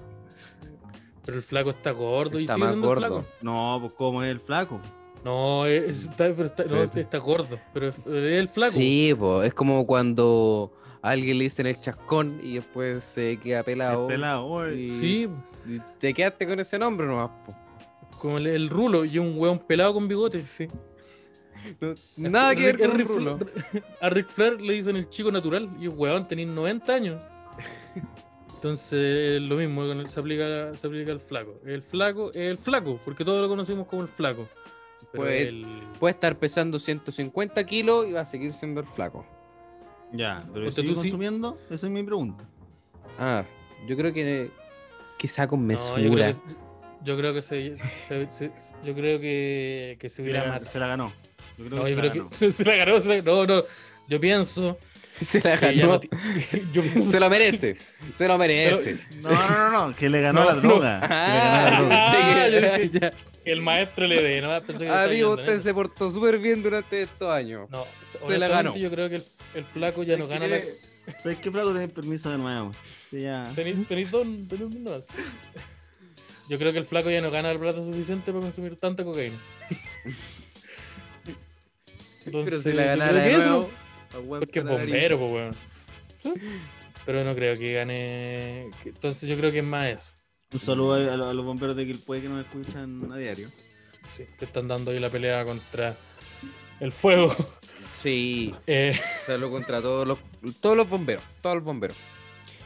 Pero el flaco está gordo y Está sigue más siendo gordo. flaco. No, pues ¿cómo es el flaco? No, es- está, pero está, no, Pero- está gordo, pero es, es el flaco. Sí, po, es como cuando a alguien le dicen el chascón y después se queda pelado. Este lado, oye. y- Sí, y te quedaste con ese nombre nomás, po. como el, el rulo y un hueón pelado con bigote. Sí. <laughs> No- nada que ver Rick- con Rick Rulo. Flair- <laughs> A Ric Flair le dicen el chico natural y el weón tenía 90 años. Entonces, lo mismo, con el- se aplica, se aplica al flaco. El flaco es el flaco, porque todos lo conocimos como el flaco. Pero Pues- el- Puede estar pesando 150 kilos y va a seguir siendo el flaco. Ya, pero Ponte ¿sigue tú, sí. consumiendo? Esa es mi pregunta. Ah, yo creo que quizá con No, yo creo pues, mesura. que- yo creo que se, se- se- yo creo que, que se Se hubiera la, matado. se la ganó. Yo creo No, que se yo la creo ganó. que <laughs> se la ganó, se la- No, no. Yo pienso <laughs> Se la que ella ganó. no <laughs> ti- yo pienso- Se lo merece. Se lo merece. No, no, no, no, que le ganó <laughs> No, la no. droga. que le <laughs> ganó la <laughs> droga. Ah, yo pensé que- El maestro le ve, ¿no? Pensé que estaba Ah, Amigo, yendo, ¿no? usted se portó súper bien durante estos años. ¿eh? No, Se la honestamente, ganó. Yo creo que el, el flaco ya no gana la. ¿Sabes qué, flaco? Tenés permiso de nuevo. Sí, ya. Tenéis tenéis dos, tenéis un <laughs> más. Yo creo que el flaco ya no gana el plato suficiente para consumir tanta cocaína. Pero Entonces, si la yo ganara creo de que eso, nuevo, Porque es bombero, pues, weón. Pero no creo que gane. que- Entonces, yo creo que es más eso. Un saludo a, a los- a los bomberos de Quilpue que nos escuchan a <laughs> diario. Sí, que están dando ahí la pelea contra el fuego. <laughs> Sí, Eh, o sea, lo contra todos los, todos los bomberos. Todos los bomberos.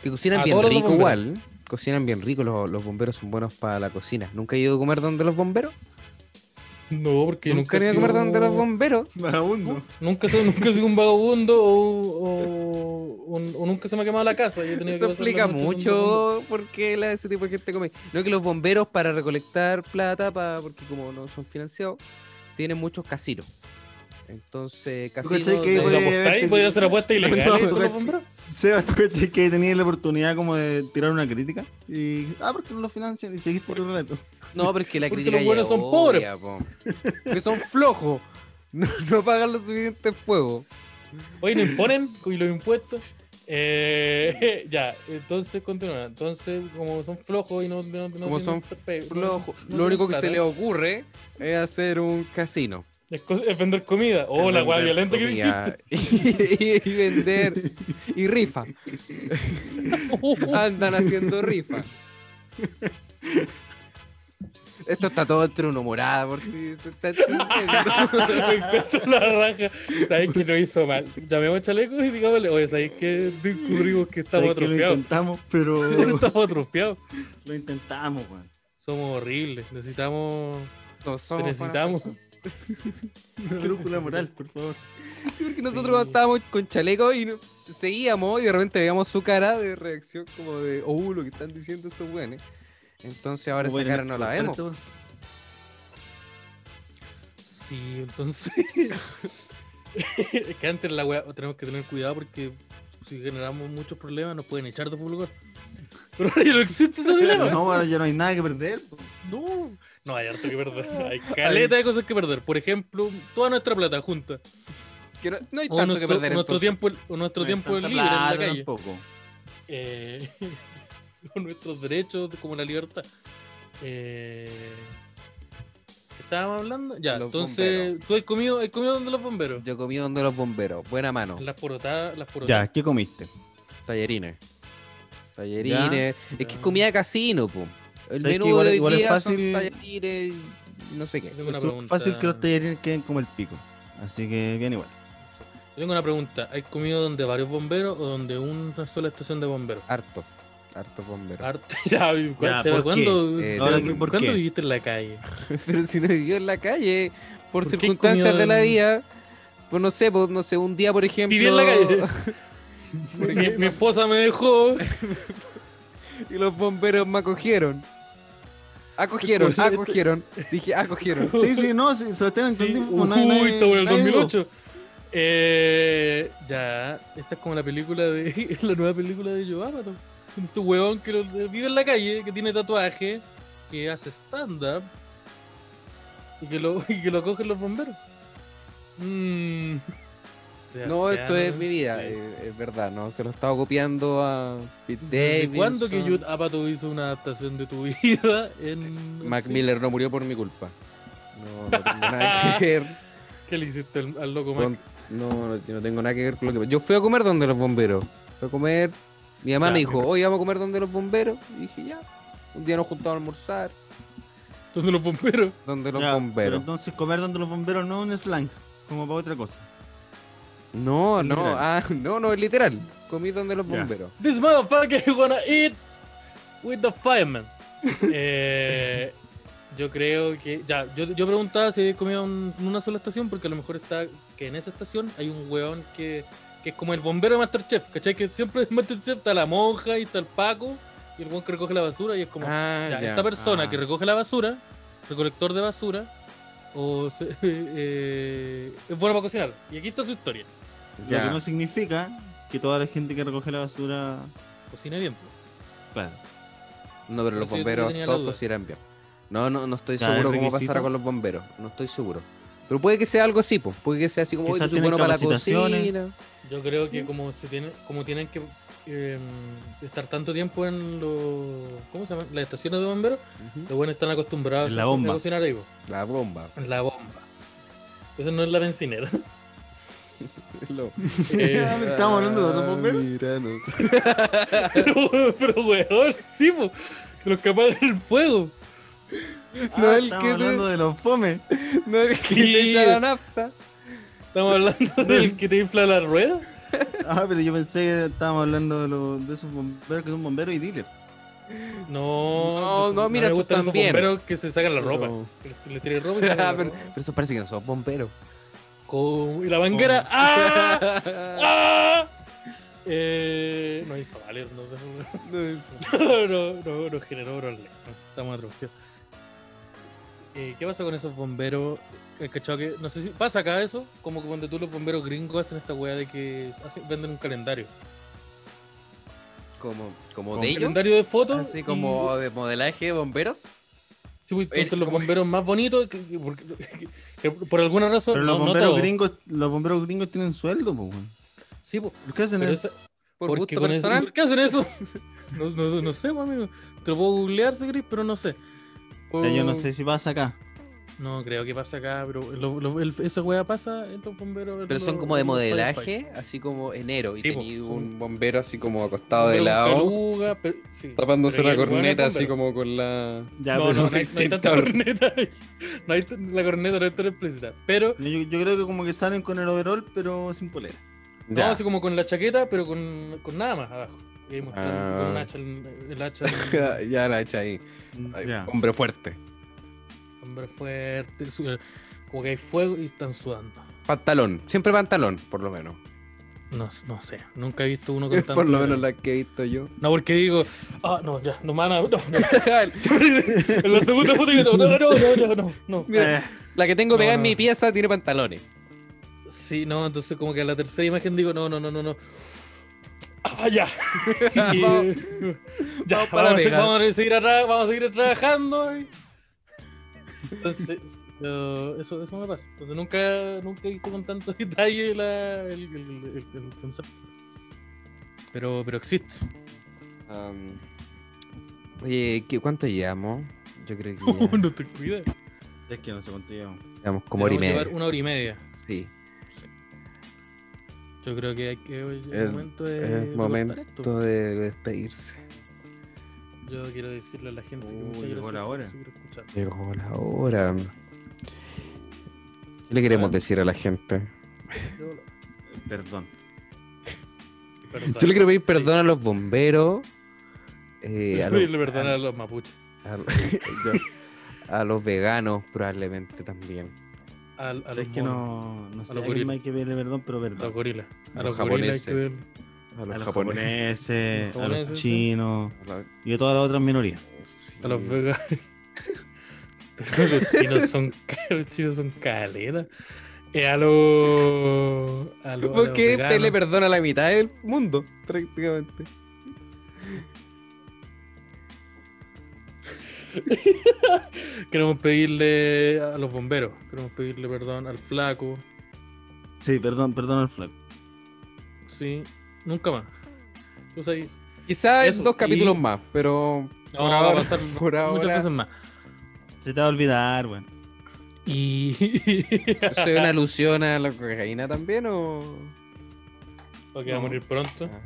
Que cocinan A bien todos los rico bomberos. igual. ¿eh? Cocinan bien rico, los, los bomberos son buenos para la cocina. ¿Nunca he ido a comer donde los bomberos? no, porque nunca. nunca he ido a comer sido- donde los bomberos. Vagabundo. Nunca soy, nunca he sido un vagabundo o, o- o- o nunca se me ha quemado la casa. y he tenido Eso que pasar la explica noche donde- mucho por qué la, ese tipo de gente come. No que los bomberos para recolectar plata, pa- porque como no son financiados, tienen muchos casinos. Entonces, casinos... cachai que ahí de- donde puede- apostáis, podía hacer <laughs> apuestas ilegales. No, con tú los cach- bomberos. Sebas, ¿tú cachai que tenías la oportunidad como de tirar una crítica? Y, ah, ¿por qué no lo financian? Y seguiste tu relato. No, pero es que la Porque crítica los ya buenos es son pobres. obvia, <laughs> po. Porque son flojos. No, no pagan lo suficiente fuego. Oye, no imponen y los impuestos. Eh, <laughs> ya, entonces continúa. Entonces, como son flojos y no, no, no Como tienen son pe- no- Flojo. no lo único que tienen se les plata, ocurre es hacer un casino. es, co- es vender comida. Oh, la weá guay violenta que dijiste. <laughs> y, y vender. <laughs> Y rifa. Andan haciendo rifa. Esto está todo entre uno morada, por si se está entendiendo. Me encuentro la raja. Sabes que lo hizo mal. Llamemos a Chaleco y digámosle, oye, ¿sabes que descubrimos que estamos Sabes que lo atrofiados? intentamos, <laughs> pero Estamos atrofiados. lo intentamos, <laughs> weón. Somos horribles. Necesitamos. No somos Te para- necesitamos. Brújula moral, por favor. Sí, porque nosotros Sí. estábamos con chaleco y no- seguíamos y de repente veíamos su cara de reacción como de, oh, lo que están diciendo estos weones. Entonces ahora esa Bueno, cara no la vemos. experto. Sí, entonces. <laughs> es que antes la weá tenemos que tener cuidado porque si generamos muchos problemas nos pueden echar de fulgor. Pero ahora ya no existe ese dilema. No, ahora ya no hay nada que perder. po. No. No, hay harto que perder. <laughs> Hay caleta de cosas que perder. Por ejemplo, toda nuestra plata junta. Que no, no hay O tanto nuestro, que perder. nuestro entonces. tiempo, o nuestro No hay tiempo tanta libre en la plata calle. tampoco. Eh, <laughs> o nuestros derechos como la libertad. Eh, ¿qué estábamos hablando? Ya, Los entonces, bomberos. ¿tú has comido, has comido donde los bomberos? Yo comí donde los bomberos. Buena mano. Las porotadas, las porotadas. Ya, ¿qué comiste? Tallerines. Tallerines. Es que Ya. comida de casino, po. El ¿Sabes menú que igual- de hoy igual es día son fácil- tallerines, no sé qué. Yo tengo una Es pregunta. fácil que los tallerines queden como el pico. Así que bien igual. Yo tengo una pregunta. ¿Has comido donde varios bomberos o donde una sola estación de bomberos? Harto. Harto bomberos. Harto. <laughs> Ya, Ya, Seba, ¿por ¿cuándo, qué? Eh, Seba, ahora que- ¿por ¿cuándo qué? viviste en la calle? <laughs> Pero si no vivió en la calle, ¿Por por, qué circunstancias comió de la en- vida, pues no sé, pues no sé, un día por ejemplo. Viví en la calle. por mi, ejemplo, mi esposa me dejó. <laughs> y los bomberos me acogieron. Acogieron, Por- acogieron. <laughs> Dije, acogieron. Sí, sí, no, sí, Sebastián, Sí, entendimos. uy, nadie- nadie- estamos en el nadie dudó. 2008. Eh, ya, esta es como la película de <laughs> la nueva película de Joe Amato. Tu huevón que lo- vive en la calle, que tiene tatuaje, que hace stand-up, y que lo, <laughs> y que lo cogen los bomberos. Mm. No, esto es Sebastiano, mi vida, sí. eh, es verdad, ¿no? Se lo estaba copiando a Pete ¿Desde cuándo que Davidson. Jude Apatow hizo una adaptación de tu <laughs> vida en... Mac sí, Miller no murió por mi culpa. No, no tengo <laughs> nada que ver. ¿Qué le hiciste al, al loco Mac? con- no, no, yo no tengo nada que ver con lo que... Yo fui a comer donde los bomberos. Fui a comer... Mi mamá Ya, me dijo, mira. hoy vamos a comer donde los bomberos. Y dije, ya. Un día nos juntamos a almorzar Entonces los bomberos. donde los Ya, Pero bomberos. entonces comer donde los bomberos no es un slang, como para otra cosa. No, no, Literal. ah, <laughs> no, no, es literal. Comí donde los Ya. bomberos. This motherfucker <laughs> wanna eat with the fireman. Eh, yo creo que. Ya, yo, yo preguntaba si había comido en una sola estación, porque a lo mejor está que en esa estación hay un weón que, que es como el bombero de Masterchef, ¿cachai? Que siempre en Masterchef está la monja y está el Paco, y el weón que recoge la basura, y es como. Ah, ya, ya. esta persona ah. que recoge la basura, recolector de basura, o se- <laughs> eh, es bueno para cocinar. Y aquí está su historia. Lo Ya. que no significa que toda la gente que recoge la basura. Cocina bien. pues. Claro. No, pero los Eso yo bomberos tenía la todos duda. cosieran bien. No, no, no estoy Ya, seguro el cómo pasará requisito. con los bomberos. No estoy seguro. Pero puede que sea algo así, pues. Puede que sea así como, "Oye, Quizás tú soy tienen bueno para la capacitaciones. cocina. Yo creo que como se tienen, como tienen que eh, estar tanto tiempo en los ¿cómo se llama? las estaciones de bomberos, Ujú. los buenos están acostumbrados En la a bomba. cocinar ahí, po. La bomba. <laughs> En la bomba. Eso no es la bencinera. Lo- <laughs> Eh, Ah, Estamos hablando de los bomberos. Mira, no. pero, pero weón, sí, po. Los que apagan el fuego. No, Ah, el estamos que te- hablando de los fomes. No es que te Sí. echa la nafta. <laughs> Estamos hablando del que te infla la rueda. Ah, pero yo pensé que estábamos hablando de, los, de esos bomberos que son bomberos y dealer. No, No, esos- no, pues, mira, me tú gustan esos también. bomberos que se sacan la ropa. <laughs> Pero- que Le tiran <laughs> ropa y, se Ah, sacan la pero, ropa. pero eso parece que no son bomberos. Con- y la <laughs> manguera. Oh. Con- <laughs> ¡Ah! ¡Ah! Eh, no hizo valer, no, no, No, eso. <laughs> no, no, no generó problema. Estamos atrofiados. Eh, ¿Qué pasa con esos bomberos? ¿Has cachado que- no sé si pasa acá eso, como que cuando tú los bomberos gringos hacen esta weá de que hacen- venden un calendario. Como, como Con de Un ellos. calendario de fotos. Así como de modelaje de bomberos. y- sí, pues, entonces el- los como- bomberos más bonitos, que, que- porque- <laughs> que- que por alguna razón. Pero los no- no bomberos todos. gringos, los bomberos gringos tienen sueldo, pues. weón. Sí, pues, ¿Por qué hacen pero eso? esa- Por Porque gusto con eso- personal. ¿Por qué hacen eso? <laughs> No, no, no sé, pues, amigo. Te lo puedo googlear si querés, pero no sé. Ya, Yo no O- sé si pasa acá. No creo que pasa acá, pero lo- lo- el- esa weá pasa en los bomberos. en Pero son los- como de en los firefighters. modelaje, así como enero. Y Sí, po, tenía son- un bombero así como acostado de Bombero con lado. caluga, pero- sí. Tapándose Pero la y el weón es corneta así bombero. como con la... Ya, no, pero- <laughs> no, no hay, no hay tanta extintor. corneta. <laughs> No hay t- la corneta no es tan explícita. Pero, yo, yo creo que como que salen con el overall, pero sin polera. no, así como con la chaqueta, pero con, con nada más abajo. Y ahí mostrando Ah. con un hacha, el, el hacha <laughs> Ya, del <laughs> ya la echa ahí. Ay, Ya. Hombre fuerte. hombre fuerte. su- Como que hay fuego y están sudando. Pantalón. Siempre pantalón, por lo menos. No, no sé, nunca he visto <laughs> uno con tanto. Por lo menos la que he <laughs> visto yo. No, porque digo, ah, no, ya, no, mana, no, no. en la segunda foto digo, no, no, no, no, no, no. Mira, Eh, la que tengo No, pegada no. en mi pieza tiene pantalones. Sí, no, entonces como que a la tercera imagen digo, no, no, no, no, no. Ah, <laughs> ya. Y, Vamos. eh, ya, vamos, Vamos para a, se- Vega. vamos a seguir atra- vamos a seguir trabajando. y- Entonces, yo- eso, eso me pasa. Entonces nunca, nunca he visto con tanto <laughs> detalle la, el, el- el- el concepto. Pero, pero existe. Am, oye, ¿qué, ¿cuánto llevamos? Yo <laughs> creo que <laughs> ya- no te cuidas. Es que no sé cuánto llevamos. llevamos como hora y Debemos media. llevar Una hora y media. Sí. Yo creo que hay que el, El- momento de de Es cortar momento esto. de despedirse. Yo quiero decirle a la gente que Uh, muchas llegó gracias la por hora. seguir escuchando. Llegó la hora. ¿Qué le queremos decir a la gente? Llegó la- Eh, Perdón. Perdón. Yo le quiero pedir Sí. perdón a los bomberos. <laughs> eh, a, los, Pedirle perdón a los mapuches. <laughs> a- <laughs> yo- a los veganos probablemente también. A, a los es que monos, no, no sé los a quién gorilas. hay que pedirle perdón, pero A los perdón. gorilas. A Los los gorilas hay japoneses. que ver. A A los los japoneses. japoneses, Los a los japoneses, sí. chinos y a todas las otras minorías. A los <laughs> veganos. Pero los chinos son, ca- los chinos son caletas. Eh, a los. A los. a los Porque este le veganos. perdona la mitad del mundo, prácticamente. Queremos pedirle a los bomberos, queremos pedirle perdón al flaco, Sí, perdón, perdón al flaco. sí, nunca más. Entonces ahí Quizás en Eso, dos capítulos y- más, pero no, por va a ahora, pasar <laughs> por muchas ahora. veces más. Se te va a olvidar, bueno. <laughs> Y ¿eso es una alusión a la cocaína también o...? porque va a No. morir pronto. Ah.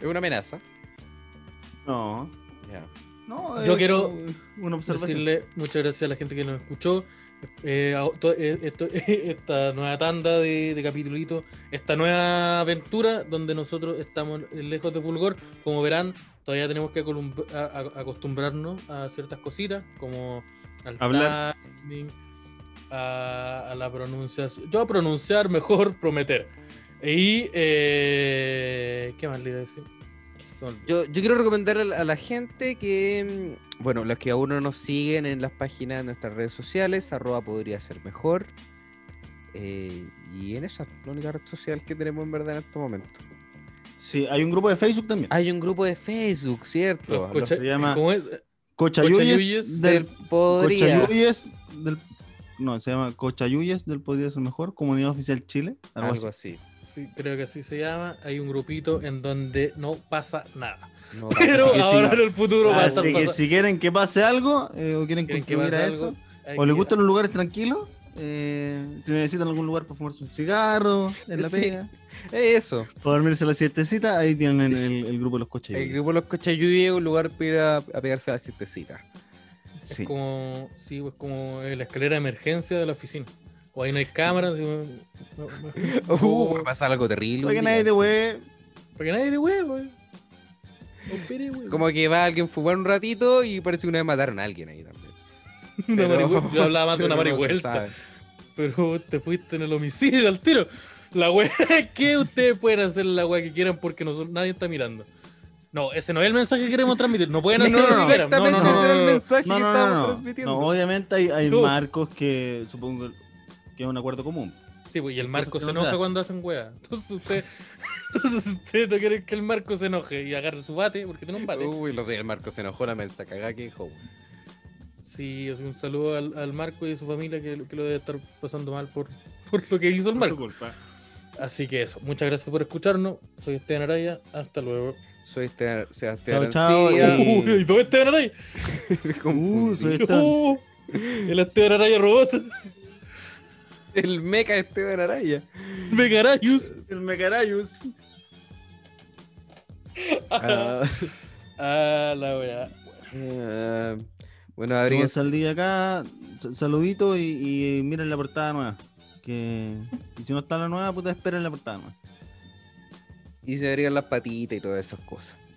Es una amenaza. No. Ya. No, Yo es quiero como una observación. Decirle muchas gracias a la gente que nos escuchó. Eh, a- to- eh, esto- <laughs> esta nueva tanda de, de capitulitos, esta nueva aventura donde nosotros estamos lejos de Fulgor. Como verán, todavía tenemos que acolum- a- a- acostumbrarnos a ciertas cositas, como al Hablar. timing, a, a la pronunciación. Yo a pronunciar mejor, <laughs> prometer. Y. eh, ¿Qué más le iba a decir? Se me olvidó. Yo, yo quiero recomendar a la, a la gente que, mm, bueno, los que aún no nos siguen en las páginas de nuestras redes sociales, arroba podría ser mejor. Eh, y en esa, la única red social que tenemos en verdad en este estos momentos. Sí, hay un grupo de Facebook también. Hay un grupo de Facebook, Lo ¿cierto? Los escuché- se llama- ¿Cómo es? Cochayuyes Cochayuyes del del podría. Cochayuyes del no, se llama Cochayuyes del Podría ser mejor, Comunidad Oficial Chile, algo Algo así. así. Sí, creo que así se llama. Hay un grupito en donde no pasa nada. No, <laughs> Ah, Pero así que ahora siga. en el futuro va a Así estar que pasa- si quieren que pase algo eh, o quieren ¿Quieren que contribuir pase a algo? eso Hay o que- les gustan los lugares tranquilos, eh, si necesitan algún lugar para fumarse un cigarro, en la Sí. pega, Eso. para dormirse la siestecita, ahí tienen el, el grupo de los El Cochayuyes. grupo Los Cochayuyes es un lugar para ir a, a pegarse a la siestecita. Es Sí. como, sí, pues como la escalera de emergencia de la oficina. O ahí no hay cámaras. digo, no, no. Uh, O- va a pasar algo terrible. Oye, un nadie día. te hueve. Porque nadie de huevo. eh. No pere, huevo. Como que va alguien a fumar un ratito y parece que una vez mataron a alguien ahí también. <laughs> Una Pero- marihuel- Yo hablaba más <laughs> de una pero no se marihuelta. sabe. Pero te fuiste en el homicidio al tiro. La wea es que ustedes pueden hacer la wea que quieran porque nosotros- nadie está mirando. No, ese no es el mensaje que queremos transmitir. No pueden No, hacer no, lo que no, quieran. No, no, exactamente no, no, ese era no, el no. mensaje No, que no, estábamos no, no. transmitiendo. No, obviamente hay, hay No. marcos que supongo que es un acuerdo común. Sí, pues, y el Cosas Marco que se no se enoja hacen. cuando hacen weas. Entonces usted, entonces usted no quiere que el Marco se enoje y agarre su bate, porque tiene un bate. Uh. Uy, lo del Marco se enojó la mensa cagá que dijo. Sí, así un saludo al, al Marco y a su familia que, que lo debe estar pasando mal por, por lo que hizo el Por su Marco. culpa. Así que eso, muchas gracias por escucharnos. Soy Esteban Araya, hasta luego. Soy este, Chao, Sebastián chao, Arancía. y- Uy, ¿y todo Esteban Araya? Me Uh, confundí. soy Stan. ¡Oh! <laughs> el Esteban Araya robot. <laughs> El meca de Esteban Araya. Megarayus. El Mecarayus. Ah, Ah, la wea. <laughs> eh, bueno, Sal abríguense. día acá, sa- saludito y, y miren la portada nueva. Que... Y si no está la nueva, puta, esperen la portada nueva. Y se abrían las patitas y todas esas cosas.